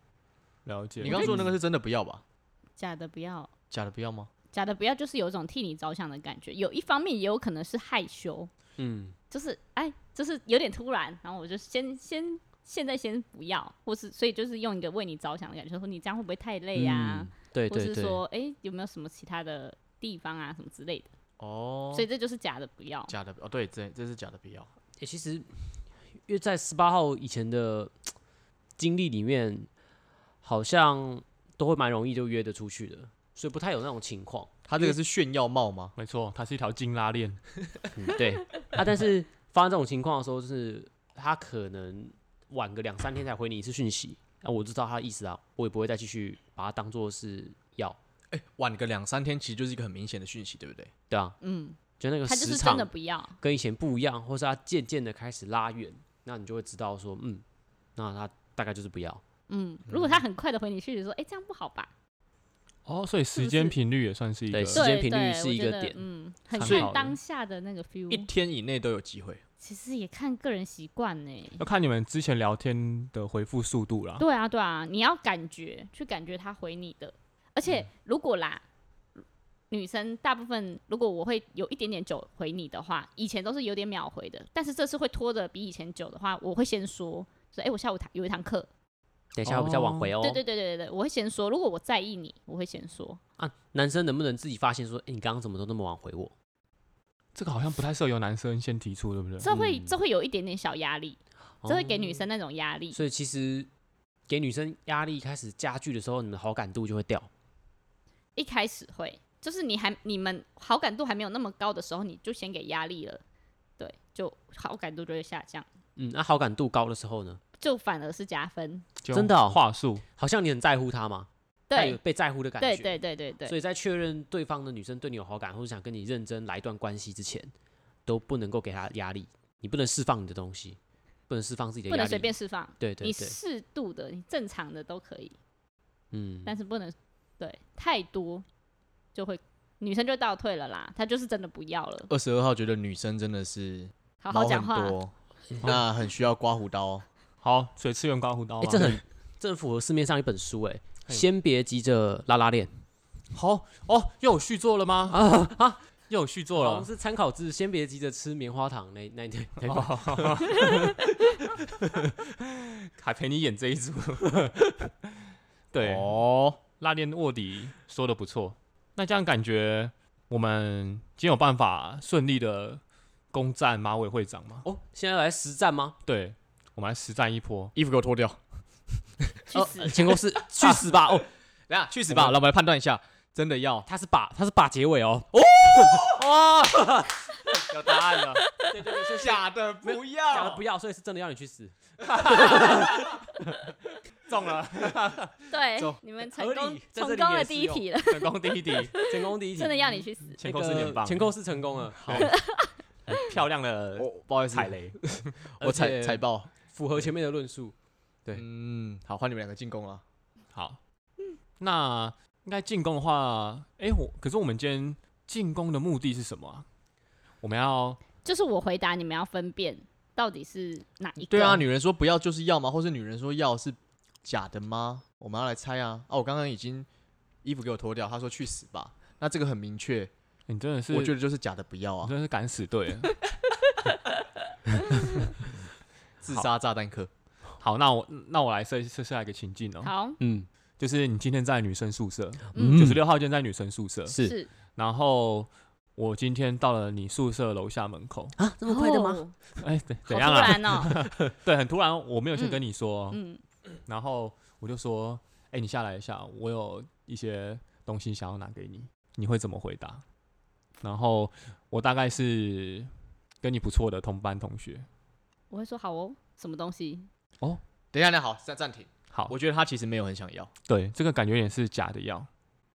Speaker 1: 了解。
Speaker 4: 你刚刚说那个是真的不要吧？
Speaker 3: 假的不要，
Speaker 4: 假的不要吗？
Speaker 3: 假的不要，就是有一种替你着想的感觉。有一方面也有可能是害羞，
Speaker 2: 嗯，
Speaker 3: 就是哎，就是有点突然，然后我就先先现在先不要，或是所以就是用一个为你着想的感觉，说你这样会不会太累呀、
Speaker 2: 嗯对
Speaker 3: 或
Speaker 2: 对
Speaker 3: 是
Speaker 2: 对，
Speaker 3: 说哎、有没有什么其他的地方啊什么之类的，
Speaker 4: 哦
Speaker 3: 所以这就是假的不要。
Speaker 4: 假的哦，对，这这是假的不要。
Speaker 2: 欸，其实因为在十八号以前的经历里面，好像都会蛮容易就约得出去的，所以不太有那种情况。
Speaker 4: 他这个是炫耀帽吗？
Speaker 1: 没错，它是一条金拉链，
Speaker 2: 嗯，对啊，但是发生这种情况的时候，就是他可能晚个两三天才回你一次讯息，那、我知道他的意思啊，我也不会再继续把它当做是要，
Speaker 4: 晚个两三天，其实就是一个很明显的讯息，对不对？
Speaker 2: 对啊，
Speaker 3: 嗯，
Speaker 2: 就那个
Speaker 3: 他就
Speaker 2: 时
Speaker 3: 是真
Speaker 2: 长
Speaker 3: 的不要。
Speaker 2: 跟以前不一样，或是他渐渐的开始拉远，那你就会知道说，嗯，那他大概就是不要。
Speaker 3: 嗯，如果他很快的回你讯息说，哎、这样不好吧？
Speaker 1: 哦，所以时
Speaker 3: 不
Speaker 1: 间
Speaker 3: 是
Speaker 1: 频率也算是一个
Speaker 2: 对时
Speaker 3: 对
Speaker 2: 间频率
Speaker 3: 对
Speaker 2: 是
Speaker 3: 我
Speaker 2: 一
Speaker 3: 觉
Speaker 2: 个
Speaker 3: 得
Speaker 2: 点
Speaker 3: 嗯，很
Speaker 1: 参考
Speaker 3: 看
Speaker 1: 的
Speaker 3: 当下的那个 feel。
Speaker 4: 一天以内都有机会。
Speaker 3: 其实也看个人习惯呢。
Speaker 1: 要看你们之前聊天的回复速度啦。
Speaker 3: 对啊，对啊，你要感觉去感觉他回你的，
Speaker 2: 嗯
Speaker 3: 而且如果啦，女生大部分如果我会有一点点久回你的话，以前都是有点秒回的，但是这次会拖得比以前久的话，我会先说，说哎、我下午堂有一堂课，
Speaker 2: 等一下会比较晚回哦。
Speaker 3: 对对对对对对，我会先说，如果我在意你，我会先说，
Speaker 2: 啊，男生能不能自己发现说，哎、你刚刚怎么都那么晚回我？
Speaker 1: 这个好像不太适合由男生先提出，对不对？
Speaker 3: 这会、
Speaker 2: 嗯哦
Speaker 3: 这会有一点点小压力，这会给女生那种压力
Speaker 2: 哦。，所以其实给女生压力开始加剧的时候，你们的好感度就会掉。
Speaker 3: 一开始会，就是你还你们好感度还没有那么高的时候，你就先给压力了，对，就好感度就会下降，
Speaker 2: 嗯，那、好感度高的时候呢，
Speaker 3: 就反而是加分。
Speaker 1: 就
Speaker 2: 真的哦
Speaker 1: 话术
Speaker 2: 好像你很在乎他嘛，带有
Speaker 3: 对，
Speaker 2: 被在乎的感
Speaker 3: 对
Speaker 2: 觉。
Speaker 3: 对对对
Speaker 2: 所
Speaker 3: 对，
Speaker 2: 以在确认对方的女生对你有好感，或者想跟你认真来一段关系之前，都不能够给她压力，你不能释放你的东西，不能释放自己的
Speaker 3: 不
Speaker 2: 压
Speaker 3: 能
Speaker 2: 力。
Speaker 3: 随便释放，
Speaker 2: 对对
Speaker 3: 你
Speaker 2: 对，
Speaker 3: 适度的、你正常的都可以，
Speaker 2: 嗯，
Speaker 3: 但是不能对太多就会女生就倒退了啦，她就是真的不要了，
Speaker 4: 二十二号觉得女生真的是
Speaker 3: 好好讲
Speaker 4: 毛
Speaker 3: 话
Speaker 4: 很，多，那很需要刮胡刀哦。
Speaker 1: 好，水次元刮胡刀啊
Speaker 2: 哎、，这很这很符合市面上一本书哎、
Speaker 1: 嘿
Speaker 2: 先别急着拉拉链。
Speaker 1: 好哦，又有续作了 吗？啊 啊，又有续作
Speaker 2: 好像
Speaker 1: 了。
Speaker 2: 是参考自《先别急着吃棉花糖》那那那那本。
Speaker 1: 哦还陪你演这一组，对，
Speaker 4: 哦，
Speaker 1: 拉链卧底说的不错。那这样感觉我们今天有办法顺利的攻占马委会长吗？
Speaker 2: 哦，现在来实战吗？
Speaker 1: 对，我们来实战一波。
Speaker 4: 衣服给我脱掉，
Speaker 3: 去死！
Speaker 2: 哦前公司去死吧！哦，
Speaker 4: 等下去死吧！
Speaker 2: 我
Speaker 4: 让我们来判断一下，真的要
Speaker 2: 他是把他是把结尾哦。
Speaker 1: 有答案了，
Speaker 2: 对对对，是
Speaker 4: 假的不
Speaker 2: 讲了
Speaker 4: 要
Speaker 2: 不，要，所以是真的要你去死。
Speaker 1: 中了，
Speaker 3: 对
Speaker 1: 走，
Speaker 3: 你们成
Speaker 2: 合
Speaker 3: 功
Speaker 2: 理在这
Speaker 3: 成
Speaker 2: 里
Speaker 3: 功
Speaker 2: 也哦
Speaker 3: 了
Speaker 2: 适
Speaker 3: 第一
Speaker 2: 用
Speaker 3: 题 了，
Speaker 1: 成功第一题，
Speaker 2: 成功第一题，
Speaker 3: 真的要你去死。
Speaker 1: 前扣是你很棒，嗯
Speaker 2: 前 扣是成功了，好，
Speaker 1: 很漂亮的
Speaker 4: 我哦不好意思
Speaker 1: 踩，雷。
Speaker 4: 我
Speaker 2: 而
Speaker 4: 踩
Speaker 2: 且
Speaker 4: 踩爆。
Speaker 2: 符合前面的论述。对
Speaker 4: 嗯，好，换你们两个进攻啊了。
Speaker 1: 好，那应该进攻的话，哎、我可是我们今天进攻的目的是什么啊、我们要
Speaker 3: 就是我回答，你们要分辨到底是哪一个？
Speaker 4: 对啊，女人说不要就是要吗？或是女人说要是假的吗？我们要来猜啊！啊，我刚刚已经衣服给我脱掉，他说去死吧。那这个很明确，
Speaker 1: 你真的是，
Speaker 4: 我觉得就是假的不要
Speaker 1: 你
Speaker 4: 啊，
Speaker 1: 真的是敢死队了。
Speaker 4: 自杀炸弹客。
Speaker 1: 好，那我那我来设设下一个情境哦、
Speaker 3: 好
Speaker 2: 嗯，
Speaker 1: 就是你今天在女生宿舍，
Speaker 3: 嗯
Speaker 1: 九十六号间在女生宿舍，
Speaker 2: 是
Speaker 1: 然后我今天到了你宿舍楼下门口，
Speaker 2: 啊，这
Speaker 3: 这
Speaker 2: 么快的吗？
Speaker 3: 哦、
Speaker 1: 哎、怎
Speaker 3: 好
Speaker 1: 怎样
Speaker 3: 突
Speaker 1: 啊？
Speaker 3: 然 哦，
Speaker 1: 对，很突然，我没有先跟你说，
Speaker 3: 嗯，
Speaker 1: 然后我就说，哎、你下来一下，我有一些东西想要拿给你，你会怎么回答？然后我大概是跟你不错的同班同学，
Speaker 3: 我会说好哦，什么东西？
Speaker 4: 等一下，那好，暂暂停。
Speaker 1: 好，
Speaker 4: 我觉得他其实没有很想要。
Speaker 1: 对这个感觉有点是假的药，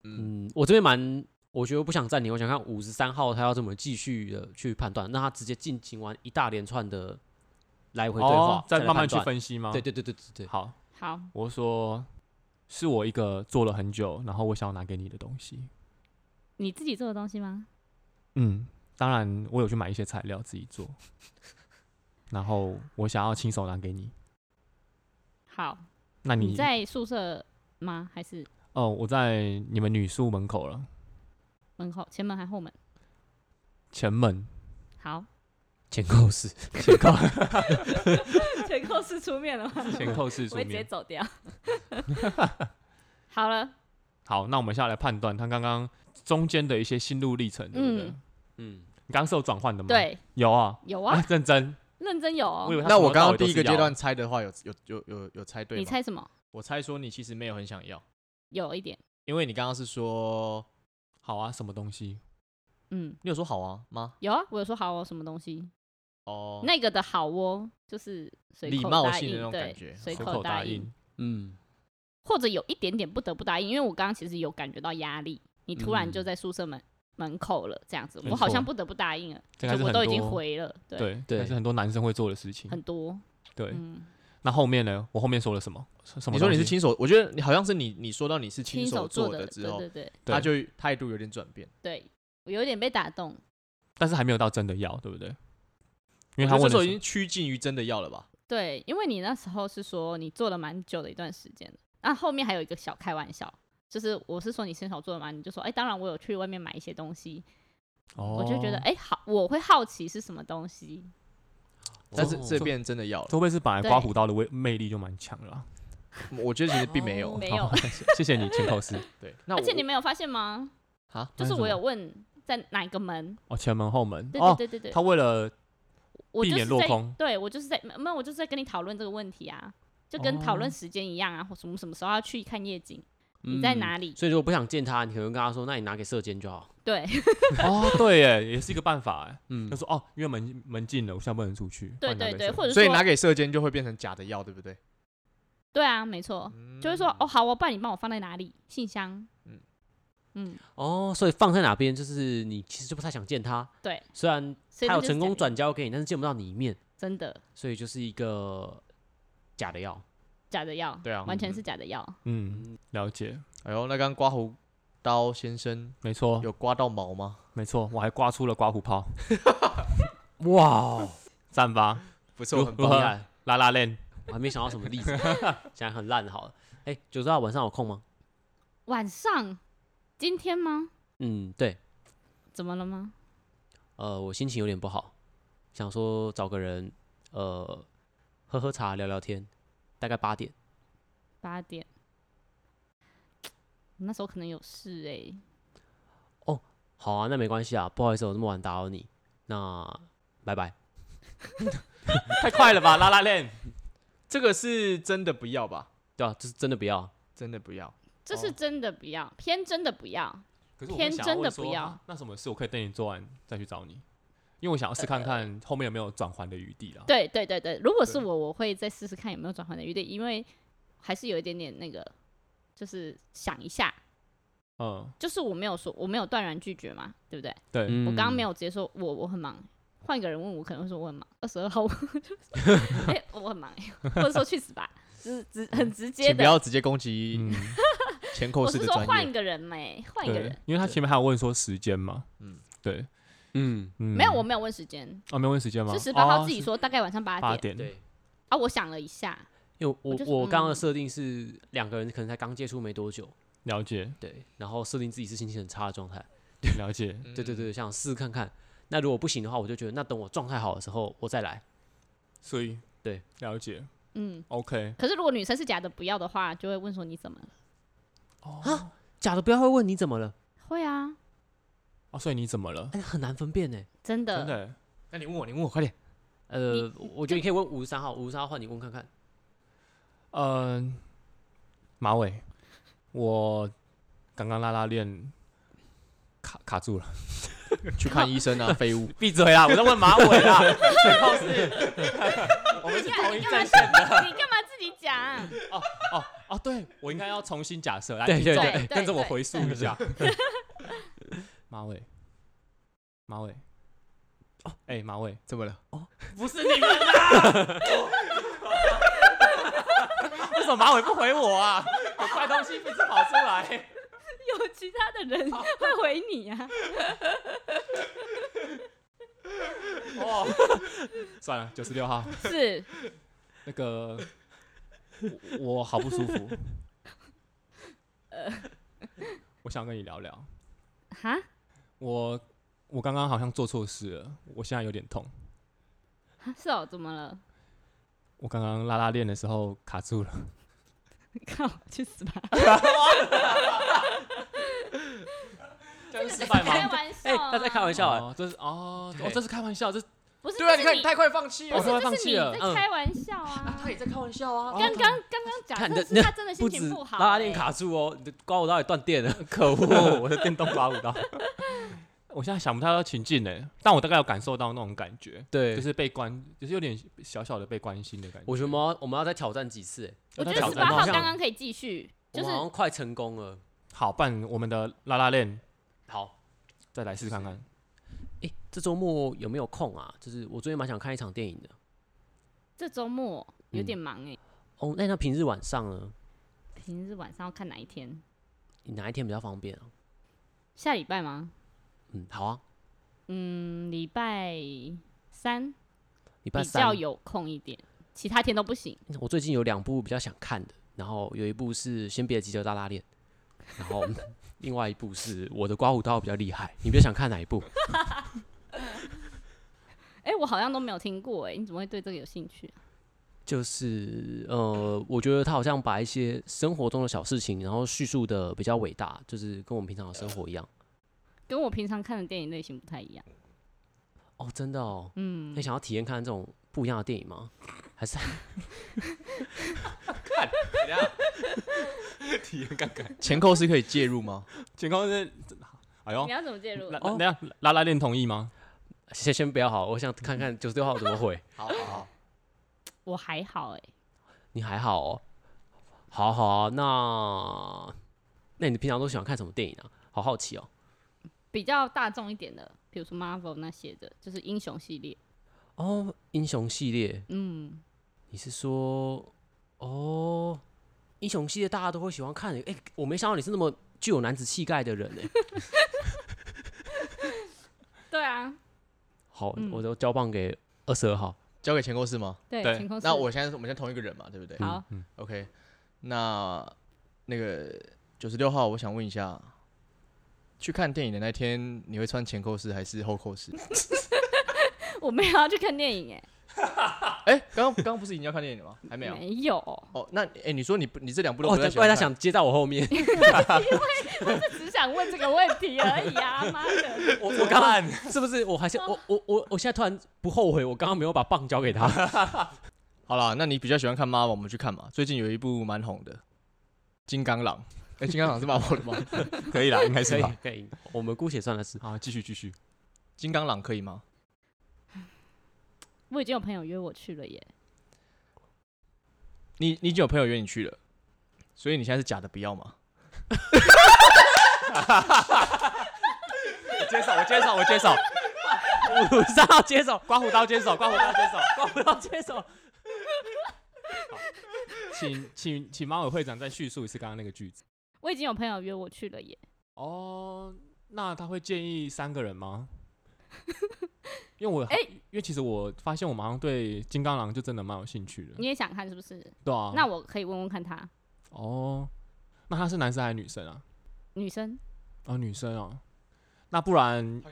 Speaker 4: 嗯，
Speaker 2: 嗯，我这边蛮，我觉得我不想暂停，我想看五十三号他要怎么继续的去判断，让他直接进行完一大连串的来回对话，
Speaker 1: 哦再
Speaker 2: 来
Speaker 1: 慢慢
Speaker 2: 判
Speaker 1: 去
Speaker 2: 断。
Speaker 1: 分哦析吗？
Speaker 2: 对对对对对对，
Speaker 1: 好，
Speaker 3: 好，
Speaker 1: 我说是我一个做了很久，然后我想要拿给你的东西。
Speaker 3: 你自己做的东西吗？
Speaker 1: 嗯，当然我有去买一些材料自己做， 然后我想要亲手拿给你。
Speaker 3: 好，
Speaker 1: 那
Speaker 3: 你
Speaker 1: 啊你
Speaker 3: 在宿舍吗？还是
Speaker 1: 哦，我在你们女宿门口了，
Speaker 3: 门口、前门还后门？
Speaker 1: 前门。
Speaker 3: 好，
Speaker 2: 前构思。
Speaker 3: 全扣是出面了吗？
Speaker 1: 前扣 是
Speaker 3: 我
Speaker 1: 出
Speaker 3: 会直接
Speaker 1: 面。
Speaker 3: 走掉。好了，
Speaker 1: 好，那我们下来判断他刚刚中间的一些心路历程，对不对？
Speaker 3: 嗯
Speaker 2: 嗯，
Speaker 1: 你刚刚是有转换的吗？，
Speaker 3: 对，
Speaker 1: 有啊。
Speaker 3: 有
Speaker 1: 啊
Speaker 3: 啊，，
Speaker 1: 认真。
Speaker 3: 认真有
Speaker 1: 我以
Speaker 3: 哦。
Speaker 1: 为他
Speaker 4: 那
Speaker 1: 从
Speaker 4: 我
Speaker 1: 头
Speaker 4: 刚
Speaker 1: 到
Speaker 4: 刚
Speaker 1: 尾都
Speaker 4: 第一
Speaker 1: 是
Speaker 4: 个阶
Speaker 1: 要
Speaker 4: 段猜的话，有有有有有猜对
Speaker 3: 你
Speaker 4: 吗？
Speaker 3: 猜什么？
Speaker 4: 我猜说你其实没有很想要，
Speaker 3: 有一点，
Speaker 4: 因为你刚刚是说
Speaker 1: 好啊，什么东西？
Speaker 3: 嗯，
Speaker 4: 你有说好啊吗？
Speaker 3: 有啊，我有说好哦，什么东西？
Speaker 4: 哦，
Speaker 3: 那个的好哦，就是随
Speaker 4: 礼
Speaker 3: 口
Speaker 4: 貌
Speaker 3: 答
Speaker 4: 性
Speaker 3: 应
Speaker 4: 的那种
Speaker 3: 对
Speaker 4: 感觉
Speaker 3: 随
Speaker 1: 随
Speaker 3: 口
Speaker 1: 口答
Speaker 3: 应，
Speaker 1: 应。
Speaker 2: 嗯，
Speaker 3: 或者有一点点不得不答应，因为我刚刚其实有感觉到压力，你突然就
Speaker 2: 嗯
Speaker 3: 在宿舍门、门口了，这样子，
Speaker 1: 没
Speaker 3: 我好像
Speaker 1: 错
Speaker 3: 不得不答应了，
Speaker 1: 这应
Speaker 3: 就
Speaker 1: 该是
Speaker 3: 我
Speaker 1: 很
Speaker 3: 都已经
Speaker 1: 多
Speaker 3: 回了，对，
Speaker 1: 对，
Speaker 2: 对
Speaker 1: 但是很多男生会做的事情。
Speaker 3: 很多，
Speaker 1: 对，
Speaker 3: 嗯，
Speaker 1: 那后面呢？我后面说了什么？什什么
Speaker 4: 你
Speaker 1: 东
Speaker 4: 说
Speaker 1: 西？
Speaker 4: 你是亲手，我觉得你好像是你你说到你是
Speaker 3: 亲
Speaker 4: 手
Speaker 3: 做
Speaker 4: 的之
Speaker 3: 对
Speaker 4: 后，
Speaker 3: 对对
Speaker 1: 对
Speaker 4: 他就态度有点转变。
Speaker 3: 对，我有点被打动，
Speaker 1: 但是还没有到真的要，对不对？因为
Speaker 4: 因
Speaker 1: 他
Speaker 4: 这
Speaker 1: 问的
Speaker 4: 时候已
Speaker 1: 是
Speaker 4: 经趋近于真的要了吧？
Speaker 3: 对，因为你那时候是说你做了蛮久的一段时间的，那后面还有一个小开玩笑。就是我是说你亲手做的嘛，你就说哎、当然我有去外面买一些东西，
Speaker 1: 哦
Speaker 3: 我就觉得哎、好，我会好奇是什么东西，
Speaker 4: 但是
Speaker 1: 哦
Speaker 4: 这边真的要了，
Speaker 1: 周贝是本来
Speaker 3: 对
Speaker 1: 刮胡刀的威魅力就蛮强了啊。
Speaker 4: 我觉得其实并没有。
Speaker 3: 哦没有
Speaker 1: 哦好， 谢谢你，秦口 师。
Speaker 4: 对，那我
Speaker 3: 而且你没有发现吗？
Speaker 4: 啊，
Speaker 1: 那
Speaker 3: 就是
Speaker 1: 是什
Speaker 3: 我
Speaker 1: 么
Speaker 3: 有问在哪一个门，
Speaker 1: 哦，前门后门
Speaker 3: 对
Speaker 1: 哦，
Speaker 3: 对对对对，
Speaker 1: 他为了
Speaker 3: 我
Speaker 1: 避
Speaker 3: 就是
Speaker 1: 免落
Speaker 3: 在
Speaker 1: 空
Speaker 3: 对我就是在没没有，我就是在跟你讨论这个问题啊，就跟讨论
Speaker 1: 哦
Speaker 3: 时间一样啊，或什么什么时候要去看夜景，
Speaker 2: 嗯
Speaker 3: 你在？哪里？
Speaker 2: 所以如果不想见他，你可能跟他说，那你拿给射箭就好。
Speaker 3: 对
Speaker 1: 哦，对耶，也是一个办法哎。
Speaker 2: 嗯
Speaker 1: 他，说哦，因为门门禁了，我现在不能出去。
Speaker 3: 对
Speaker 1: 换哪
Speaker 3: 对
Speaker 1: 个
Speaker 3: 对，
Speaker 1: 谁
Speaker 3: 或者
Speaker 4: 所以
Speaker 3: 说
Speaker 4: 拿给射箭就会变成假的药，对不对？
Speaker 3: 对啊，没错，就会说哦好，我不然你帮我放在哪里？信箱，
Speaker 4: 嗯
Speaker 3: 嗯嗯，
Speaker 2: 哦，所以放在哪边，就是你其实就不太想见他。
Speaker 3: 对，
Speaker 2: 虽然
Speaker 3: 所以
Speaker 2: 他
Speaker 3: 那
Speaker 2: 有
Speaker 3: 就是
Speaker 2: 成功
Speaker 3: 假的
Speaker 2: 转交给你，但是见不到你一面，
Speaker 3: 真的
Speaker 2: 所以就是一个假的药。
Speaker 3: 假的药，
Speaker 4: 对啊
Speaker 3: 完全
Speaker 4: 嗯
Speaker 3: 是假的药，
Speaker 1: 嗯，了解，
Speaker 4: 哎呦，那刚刮胡刀先生
Speaker 1: 没错
Speaker 4: 有刮到毛吗？
Speaker 1: 没错，我还刮出了刮胡泡，
Speaker 2: 哇哦，
Speaker 1: 赞吧，
Speaker 4: 不
Speaker 1: 如
Speaker 4: 错，很
Speaker 1: 如
Speaker 4: 棒。
Speaker 2: 厉
Speaker 1: 何
Speaker 2: 害！
Speaker 1: 拉拉链。
Speaker 2: 我还没想到什么例子， 想在很烂好了。哎，九十号晚上有空吗？
Speaker 3: 晚上今天吗？
Speaker 2: 嗯，对，
Speaker 3: 怎么了吗？
Speaker 2: 呃，我心情有点不好，想说找个人，呃，喝喝茶聊聊天，大概八点。
Speaker 3: 八点，我那时候可能有事哎、
Speaker 2: 好啊，那没关系啊，不好意思，我这么晚打扰你，那拜拜。
Speaker 1: 太快了吧，拉拉链。
Speaker 4: 这个是真的不要吧？
Speaker 2: 对啊，这是真的不要。
Speaker 4: 真的不要。
Speaker 3: 这是
Speaker 4: 哦
Speaker 3: 真的不要，偏真的不要，
Speaker 1: 可是我
Speaker 3: 天
Speaker 1: 会想
Speaker 3: 真的
Speaker 1: 问
Speaker 3: 不
Speaker 1: 说
Speaker 3: 要
Speaker 1: 啊那什么事我可以等你做完再去找你，因为我想要试看看后面有没有转圜的余地啦。
Speaker 3: 呃对对对对，如果是
Speaker 1: 对
Speaker 3: 我，我会再试试看有没有转换的余地，因为还是有一点点那个，就是想一下，
Speaker 1: 嗯，
Speaker 3: 就是我没有说我没有断然拒绝嘛，对不对？
Speaker 1: 对，
Speaker 2: 嗯
Speaker 3: 我刚刚没有直接说我我很忙，换一个人问我可能会说我很忙，二十二号我就是哎、我很忙、或者说去死吧，就是直很直接
Speaker 4: 请不
Speaker 3: 的。
Speaker 4: 要直接攻击
Speaker 1: 嗯，
Speaker 4: 前口
Speaker 3: 我
Speaker 4: 式
Speaker 3: 是
Speaker 4: 的
Speaker 3: 说
Speaker 4: 专
Speaker 3: 换
Speaker 4: 业。
Speaker 3: 一个人没、换一个
Speaker 1: 对
Speaker 3: 人，，
Speaker 1: 因为他前面还有问说时间嘛，
Speaker 4: 嗯
Speaker 1: 嗯，对，嗯嗯，
Speaker 3: 没有，我没有问时间，
Speaker 1: 啊，没问时间吗？
Speaker 3: 是十八号
Speaker 1: 哦
Speaker 3: 自己
Speaker 1: 是
Speaker 3: 说大概晚上八
Speaker 1: 八
Speaker 3: 点
Speaker 1: 点，
Speaker 2: 对，
Speaker 3: 啊。我想了一下，
Speaker 2: 因为我
Speaker 3: 就是
Speaker 2: 我刚刚的
Speaker 3: 嗯
Speaker 2: 设定是两个人可能才刚接触没多久，
Speaker 1: 了 解
Speaker 2: 对，然后设定自己是心情很差的状态，
Speaker 1: 了解，
Speaker 3: 嗯
Speaker 2: 对对对，想试试看看。那如果不行的话，我就觉得那等我状态好的时候我再来。
Speaker 1: 所以
Speaker 2: 对
Speaker 1: 了解
Speaker 3: 嗯，
Speaker 1: ，OK，
Speaker 3: 可是如果女生是假的不要的话，就会问说你怎么了？啊
Speaker 2: 假的不要会问你怎么了，
Speaker 3: 会啊，
Speaker 1: 哦，所以你怎么了？
Speaker 2: 哎，很难分辨呢。
Speaker 1: 真
Speaker 3: 真的，
Speaker 1: 的
Speaker 4: 那你问我，你问我，快点。
Speaker 2: 呃，我觉得你可以问五十三号，五十三号换你问看看。
Speaker 1: 欸，嗯，马尾，我刚刚拉拉链卡卡住了，
Speaker 4: 去看医 生啊，废物！
Speaker 1: 闭嘴啦！我在问马尾 啦，嘴炮是
Speaker 3: 我
Speaker 1: 们是同一
Speaker 3: 你干
Speaker 1: 战
Speaker 3: 嘛
Speaker 1: 线
Speaker 3: 自己你干嘛自己讲？
Speaker 1: 哦哦，对我应该要重新假设，来
Speaker 2: 对
Speaker 1: 听
Speaker 2: 对
Speaker 1: 众
Speaker 3: 对对
Speaker 1: 跟着我
Speaker 3: 对
Speaker 1: 回溯一下， 马尾，马尾，哦，哎、马尾。
Speaker 4: 怎么了？
Speaker 1: 不是你们啦！ 为什么马尾不回我啊？有怪东西一直跑出来。
Speaker 3: 有其他的人 会回你啊？
Speaker 1: 哦，算了，九十六号
Speaker 3: 是，
Speaker 1: 那个我，我好不舒服。
Speaker 3: 呃
Speaker 1: 我想跟你聊聊。
Speaker 3: 哈，
Speaker 1: 我我刚刚好像做错事了，我现在有点痛。
Speaker 3: 哈是哦，怎么了？
Speaker 1: 我刚刚拉拉链的时候卡住了。
Speaker 3: 看我去死吧！
Speaker 1: 这是失败
Speaker 3: 开
Speaker 1: 吗？
Speaker 3: 玩笑
Speaker 2: 哎，
Speaker 3: 啊，
Speaker 2: 他在开玩笑哎，
Speaker 1: 哦，这是哦，
Speaker 4: 对
Speaker 1: 哦，这是开玩笑，这是哦
Speaker 3: 不是？
Speaker 4: 对啊，
Speaker 3: 这
Speaker 4: 你
Speaker 3: 是
Speaker 4: 看你太快放弃
Speaker 3: 不
Speaker 1: 我
Speaker 4: 了
Speaker 3: 是，
Speaker 1: 说他
Speaker 3: 这
Speaker 1: 放
Speaker 3: 是
Speaker 1: 弃
Speaker 3: 你
Speaker 1: 了
Speaker 3: 在
Speaker 2: 嗯
Speaker 3: 开玩笑啊！
Speaker 4: 他也在开玩笑啊。
Speaker 3: 刚刚刚刚假
Speaker 2: 看你
Speaker 3: 设
Speaker 2: 的
Speaker 3: 是他真的心
Speaker 2: 不
Speaker 3: 情
Speaker 2: 止
Speaker 3: 不好，欸
Speaker 2: 拉拉链，卡住哦，你的刮我到也断电了。
Speaker 1: 可 恶，我的电动刮不到。 我现在想不太到情境呢，但我大概有感受到那种感觉，
Speaker 2: 对
Speaker 1: 就，是被关，就是有点小小的被关心的感觉。
Speaker 2: 我觉得我们要我们要再挑战几次哎，
Speaker 3: 我觉
Speaker 1: 要
Speaker 3: 得
Speaker 1: 挑
Speaker 3: 十
Speaker 1: 战
Speaker 3: 八
Speaker 1: 一
Speaker 3: 号
Speaker 1: 下
Speaker 3: 刚刚可以继续，
Speaker 2: 我
Speaker 3: 就是
Speaker 2: 们好像快成功了。
Speaker 1: 好，办我们的拉拉链，
Speaker 2: 好，
Speaker 1: 再来试看 看。
Speaker 2: 哎，这周末有没有空啊？就是我昨天蛮想看一场电影的。
Speaker 3: 这周末有点忙哎，
Speaker 2: 哦，那那平日晚上呢？
Speaker 3: 平日晚上要看哪一天？
Speaker 2: 你哪一天比较方便啊？
Speaker 3: 下礼拜吗？
Speaker 2: 嗯，好啊，
Speaker 3: 嗯，礼拜三
Speaker 2: 礼拜
Speaker 3: 比
Speaker 2: 三
Speaker 3: 较有空一点，其他天都不行。
Speaker 2: 我最近有两部比较想看的，然后有一部是《先别急着拉拉链》，然后 另外一部是我的刮胡刀比较厉害。你比较想看哪一部？
Speaker 3: 哎，我好像都没有听过哎，你怎么会对这个有兴趣啊？
Speaker 2: 就是呃，我觉得他好像把一些生活中的小事情，然后叙述的比较伟大，就是跟我们平常的生活一样。
Speaker 3: 跟我平常看的电影类型不太一样。
Speaker 2: 哦，真的哦，
Speaker 3: 嗯
Speaker 2: 你，想要体验看这种不一样的电影吗？还是
Speaker 1: 体验看看，
Speaker 4: 前扣是可以介入吗？
Speaker 1: 情况是， 哎呦
Speaker 3: 你，要怎么介入
Speaker 1: 拉？等下拉拉链同意吗？
Speaker 2: 先先不要好，我想看看九十六号怎么回。
Speaker 4: 好好好，
Speaker 3: 我还好哎，
Speaker 2: 你还好哦，好好啊，那那你平常都喜欢看什么电影啊？好好奇哦。
Speaker 3: 比较大众一点的，比如说 Marvel 那些的，就是英雄系列。
Speaker 2: 哦，英雄系列，
Speaker 3: 嗯，
Speaker 2: 你是说哦，英雄系列大家都会喜欢看的。哎、我没想到你是那么具有男子气概的人哎、
Speaker 3: 对啊，
Speaker 2: 好，
Speaker 3: 嗯
Speaker 2: 我都交棒给二十二号。
Speaker 4: 交给前扣是吗？
Speaker 3: 对，
Speaker 1: 对
Speaker 3: 晴空是
Speaker 4: 那我现在是我们现在同一个人嘛，对不对
Speaker 3: 好，
Speaker 1: 嗯，
Speaker 4: ？OK，那那个九十六号，我想问一下，去看电影的那天，你会穿前扣式还是后扣 式？
Speaker 1: 嗯
Speaker 3: 我没有要去看电影哎，
Speaker 4: 哎，刚刚刚刚不是已经要看电影了 吗？还没有。
Speaker 3: 没有，
Speaker 4: 哦，那哎，你说你不，你这两部都
Speaker 2: 哦，
Speaker 4: 不
Speaker 2: 对
Speaker 4: 太，
Speaker 2: 不然他想接到我后面。
Speaker 3: 只想 问这个问题而已啊，妈的！
Speaker 2: 我我刚刚是不是我还是我我我我现在突然不后悔，我刚刚没有把棒交给他。
Speaker 4: 好啦，那你比较喜欢看 Marvel，我们去看嘛。最近有一部蛮红的，《金刚狼》。哎，《金刚狼》是 Marvel 的吗？ 《
Speaker 1: 可以啦，应该
Speaker 2: 可
Speaker 1: 是
Speaker 2: 以
Speaker 1: 吧。
Speaker 2: 可以，我们姑且算了是。
Speaker 1: 好，继续继续。
Speaker 4: 金刚狼》可以吗？
Speaker 3: 我已经有朋友约我去了耶，
Speaker 4: 你你已经有朋友约你去了，所以你现在是假的不要吗？
Speaker 1: 我接手，我接手，我接手，
Speaker 2: 五十三号接手，
Speaker 1: 刮胡刀接手，刮胡刀接手。
Speaker 2: 我不要接手。
Speaker 1: 请请请马尾会长再叙述一次刚刚那个句子。
Speaker 3: 我已经有朋友约我去了耶，
Speaker 1: 哦，那他会建议三个人吗？因为我哎、因为其实我发现我马上对金刚狼就真的蛮有兴趣的
Speaker 3: 你，也想看是不是？
Speaker 1: 对啊。
Speaker 3: 嗯那我可以问问看他，
Speaker 1: 哦，那他是男生还是女生啊？
Speaker 3: 女生
Speaker 1: 哦，女生哦。那不然，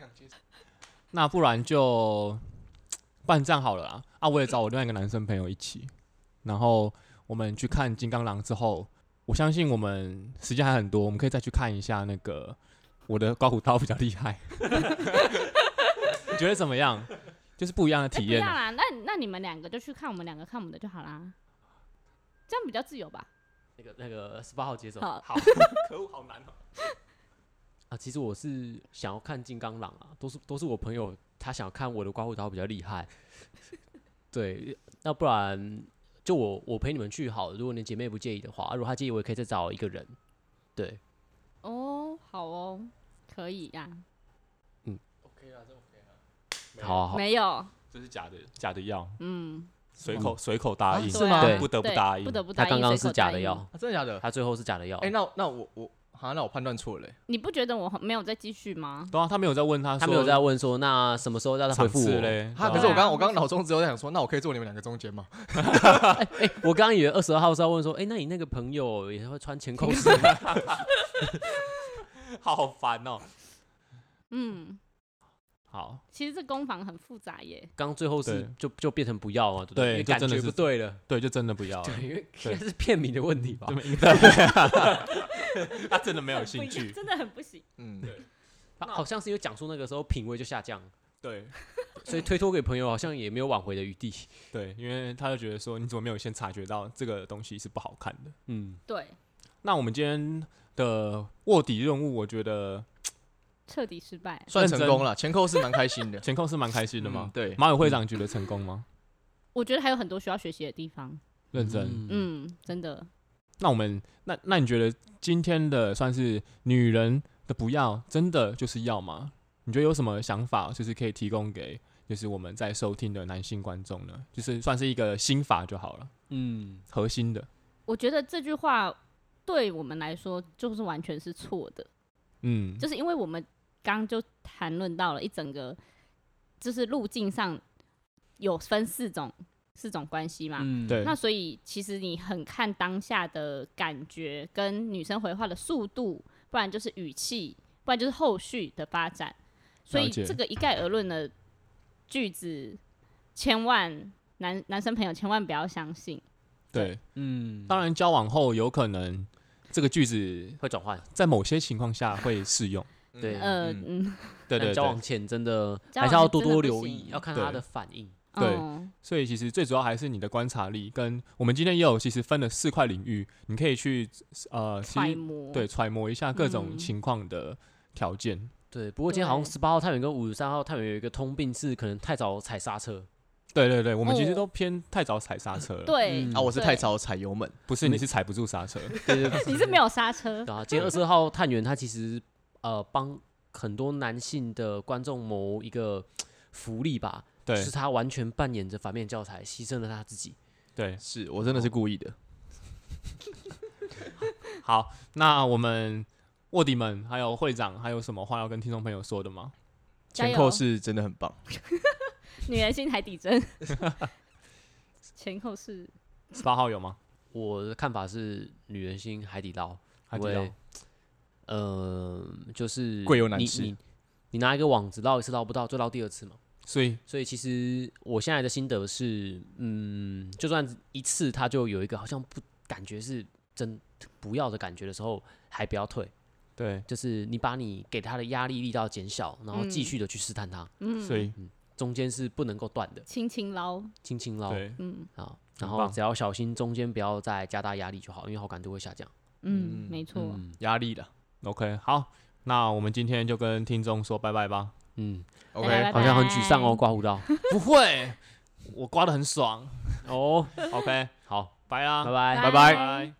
Speaker 1: 那不然就不然这样好了啦。啊，我也找我另外一个男生朋友一起，然后我们去看《金刚狼》之后，我相信我们时间还很多，我们可以再去看一下那个我的刮胡刀比较厉害，你觉得怎么样？就是不一样的
Speaker 3: 哎
Speaker 1: 体
Speaker 3: 不要
Speaker 1: 验啊、
Speaker 3: 啦，那那你们两个就去看我们两个看我们的就好啦，这样比较自由吧？
Speaker 2: 那个那个十八号接走，
Speaker 3: 好
Speaker 2: 好
Speaker 1: 可恶，好难哦、
Speaker 2: 啊。其实我是想要看金刚狼啊，都是都是我朋友他想要看我的刮胡刀比较厉害。对，要不然就我我陪你们去好了，如果你姐妹不介意的话，啊如果她介意，我也可以再找一个人。对，
Speaker 3: 哦，好哦，可以呀、
Speaker 2: 好啊好，
Speaker 3: 没有，
Speaker 1: 这是假的，假的药，
Speaker 3: 嗯，
Speaker 1: 随口随口答应，
Speaker 3: 对啊
Speaker 2: 对
Speaker 1: 不得不
Speaker 3: 对
Speaker 1: 答应
Speaker 3: 不。得不答
Speaker 2: 他刚
Speaker 3: 应。
Speaker 2: 刚
Speaker 3: 随
Speaker 2: 是
Speaker 3: 口
Speaker 2: 假
Speaker 3: 答
Speaker 2: 的
Speaker 3: 应
Speaker 2: 药，
Speaker 4: 啊，真的假的？
Speaker 2: 他最后是假的药。
Speaker 4: 哎，那那我我好，那我判断错了欸。
Speaker 3: 你不觉得我没有再继续吗？
Speaker 1: 对啊，他没有在问他说，
Speaker 2: 他没有在问说那什么时候让他
Speaker 1: 场
Speaker 2: 回复
Speaker 1: 次
Speaker 2: 我。
Speaker 1: 嘞。
Speaker 4: 他
Speaker 1: 对
Speaker 4: 可
Speaker 1: 啊
Speaker 4: 是我
Speaker 3: 对啊
Speaker 4: 刚我刚脑中只有在想说，那我可以坐你们两个中间吗？
Speaker 2: 哎、我刚刚以为二十二号是要问说，哎、那你那个朋友也会穿前扣式？
Speaker 1: 好烦哦、
Speaker 3: 嗯，
Speaker 1: 好，
Speaker 3: 其实这攻防很复杂耶。
Speaker 2: 刚最后是
Speaker 1: 对
Speaker 2: 就就变成不要啊嘛，对不
Speaker 1: 对
Speaker 2: 因为
Speaker 1: 就
Speaker 2: 感
Speaker 1: 真的
Speaker 2: 觉
Speaker 1: 是
Speaker 2: 不对了，
Speaker 1: 对，就真的不要了
Speaker 2: 对，。因为应
Speaker 1: 对
Speaker 2: 该是片名的问题吧
Speaker 1: 这。 么 对他真的没有兴
Speaker 3: 很不一样
Speaker 1: 趣。
Speaker 3: 真的很不行。
Speaker 4: 嗯，
Speaker 2: 他好像是因为讲述那个时候品味就下降，
Speaker 1: 对
Speaker 2: 所以推脱给朋友好像也没有挽回的余 地。
Speaker 1: 对，因为他就觉得说，你怎么没有先察觉到这个东西是不好看的？
Speaker 2: 嗯，
Speaker 3: 对，
Speaker 1: 那我们今天的卧底任务，我觉得
Speaker 3: 彻底失败。
Speaker 4: 算成
Speaker 1: 认真
Speaker 4: 功了，前扣是蛮开心
Speaker 1: 。
Speaker 4: 的
Speaker 1: 前控是蛮开心的
Speaker 4: 嗯
Speaker 1: 嘛。
Speaker 4: 对，
Speaker 1: 马委会长觉得成功吗？
Speaker 3: 我觉得还有很多需要学习的地方。
Speaker 1: 认真。
Speaker 2: 嗯，
Speaker 3: 嗯，真的。
Speaker 1: 那我们那那你觉得今天的算是女人的不要，真的就是要吗？你觉得有什么想法，就是可以提供给就是我们在收听的男性观众呢？就是算是一个心法就好了，
Speaker 2: 嗯，
Speaker 1: 核心的。
Speaker 3: 我觉得这句话对我们来说就是完全是错的，
Speaker 1: 嗯，
Speaker 3: 就是因为我们刚就谈论到了一整个，就是路径上有分四种四种关系嘛。
Speaker 2: 嗯，
Speaker 1: 对，
Speaker 3: 那所以其实你很看当下的感觉跟女生回话的速度，不然就是语气，不然就是后续的发展。所以
Speaker 1: 了解
Speaker 3: 这个一概而论的句子，千万男男生朋友千万不要相信。
Speaker 1: 对，
Speaker 2: 嗯，
Speaker 1: 当然交往后有可能这个句子
Speaker 2: 会转换。
Speaker 1: 在某些情况下会适用。
Speaker 2: 对
Speaker 4: 嗯
Speaker 3: 呃，
Speaker 4: 嗯
Speaker 3: 嗯，
Speaker 1: 对对
Speaker 2: 但交往
Speaker 1: 对，
Speaker 2: 前真的
Speaker 3: 交
Speaker 2: 还
Speaker 3: 往
Speaker 2: 是要
Speaker 3: 前
Speaker 2: 多
Speaker 3: 真的
Speaker 2: 多
Speaker 3: 不
Speaker 2: 留
Speaker 3: 行啊
Speaker 2: 意，要看他
Speaker 1: 对
Speaker 2: 的反应。
Speaker 1: 对
Speaker 3: 哦
Speaker 1: 所以其实最主要还是你的观察力，跟我们今天也有其实分了四块领域，你可以去呃，其
Speaker 3: 揣
Speaker 1: 实
Speaker 3: 摩，
Speaker 1: 对揣摩一下各种
Speaker 3: 嗯
Speaker 1: 情况的条件。
Speaker 2: 对，不过今天好像
Speaker 3: 对
Speaker 2: 十八号太原跟五十三号太原有一个通病是可能太早踩刹车。
Speaker 1: 对对对，我们其实
Speaker 3: 哦
Speaker 1: 都偏太早踩刹车了。，
Speaker 3: 对
Speaker 2: 嗯
Speaker 4: 啊，我是
Speaker 3: 对
Speaker 4: 太早踩油门，
Speaker 1: 不是你是踩不住刹 车。
Speaker 2: 对对对
Speaker 3: 你是没有刹车，
Speaker 4: 嗯
Speaker 2: 对啊，今天二十号探员他其实呃帮很多男性的观众谋一个福利吧，就
Speaker 1: 对
Speaker 2: 是他完全扮演着反面教材，牺牲了他自己。
Speaker 1: 对，
Speaker 4: 是我真的是故意的。
Speaker 1: 好，那我们卧底们还有会长还有什么话要跟听众朋友说的吗？
Speaker 3: 加
Speaker 4: 前
Speaker 3: 油
Speaker 4: 扣是真的很棒，
Speaker 3: 女人心海底针，前后是
Speaker 1: 十八号有吗？
Speaker 2: 我的看法是，女人心海底捞，
Speaker 1: 海底
Speaker 2: 因
Speaker 1: 捞
Speaker 2: 为呃，就是
Speaker 4: 贵有难
Speaker 2: 你
Speaker 4: 吃
Speaker 2: 你你拿一个网子捞一次捞不到，就捞第二次嘛。
Speaker 1: 所以
Speaker 2: 所以其实我现在的心得是，嗯，就算一次他就有一个好像不感觉是真不要的感觉的时候，还不要退。
Speaker 1: 对，
Speaker 2: 就是你把你给他的压力力道减小，然后继
Speaker 3: 嗯
Speaker 2: 续的去试探他，
Speaker 3: 嗯，
Speaker 1: 所以
Speaker 2: 中间是不能够断的，
Speaker 3: 轻轻捞，
Speaker 2: 轻轻捞
Speaker 1: 对，
Speaker 3: 嗯
Speaker 2: 啊，
Speaker 1: 很
Speaker 2: 然后
Speaker 1: 棒
Speaker 2: 只要小心中间不要再加大压力就好，因为好感度会下降。
Speaker 3: 嗯，
Speaker 4: 嗯
Speaker 3: 没错，
Speaker 2: 嗯
Speaker 4: 压力了。
Speaker 1: OK，好，那我们今天就跟听众说拜拜 吧。
Speaker 2: 嗯，
Speaker 3: 拜
Speaker 4: OK，
Speaker 2: 好像很沮丧哦，刮胡刀。
Speaker 1: 不会，我刮的很爽。
Speaker 2: 哦，
Speaker 1: OK，
Speaker 2: 好，
Speaker 1: 拜啦，啊
Speaker 2: 拜拜。
Speaker 3: 拜
Speaker 1: 拜拜。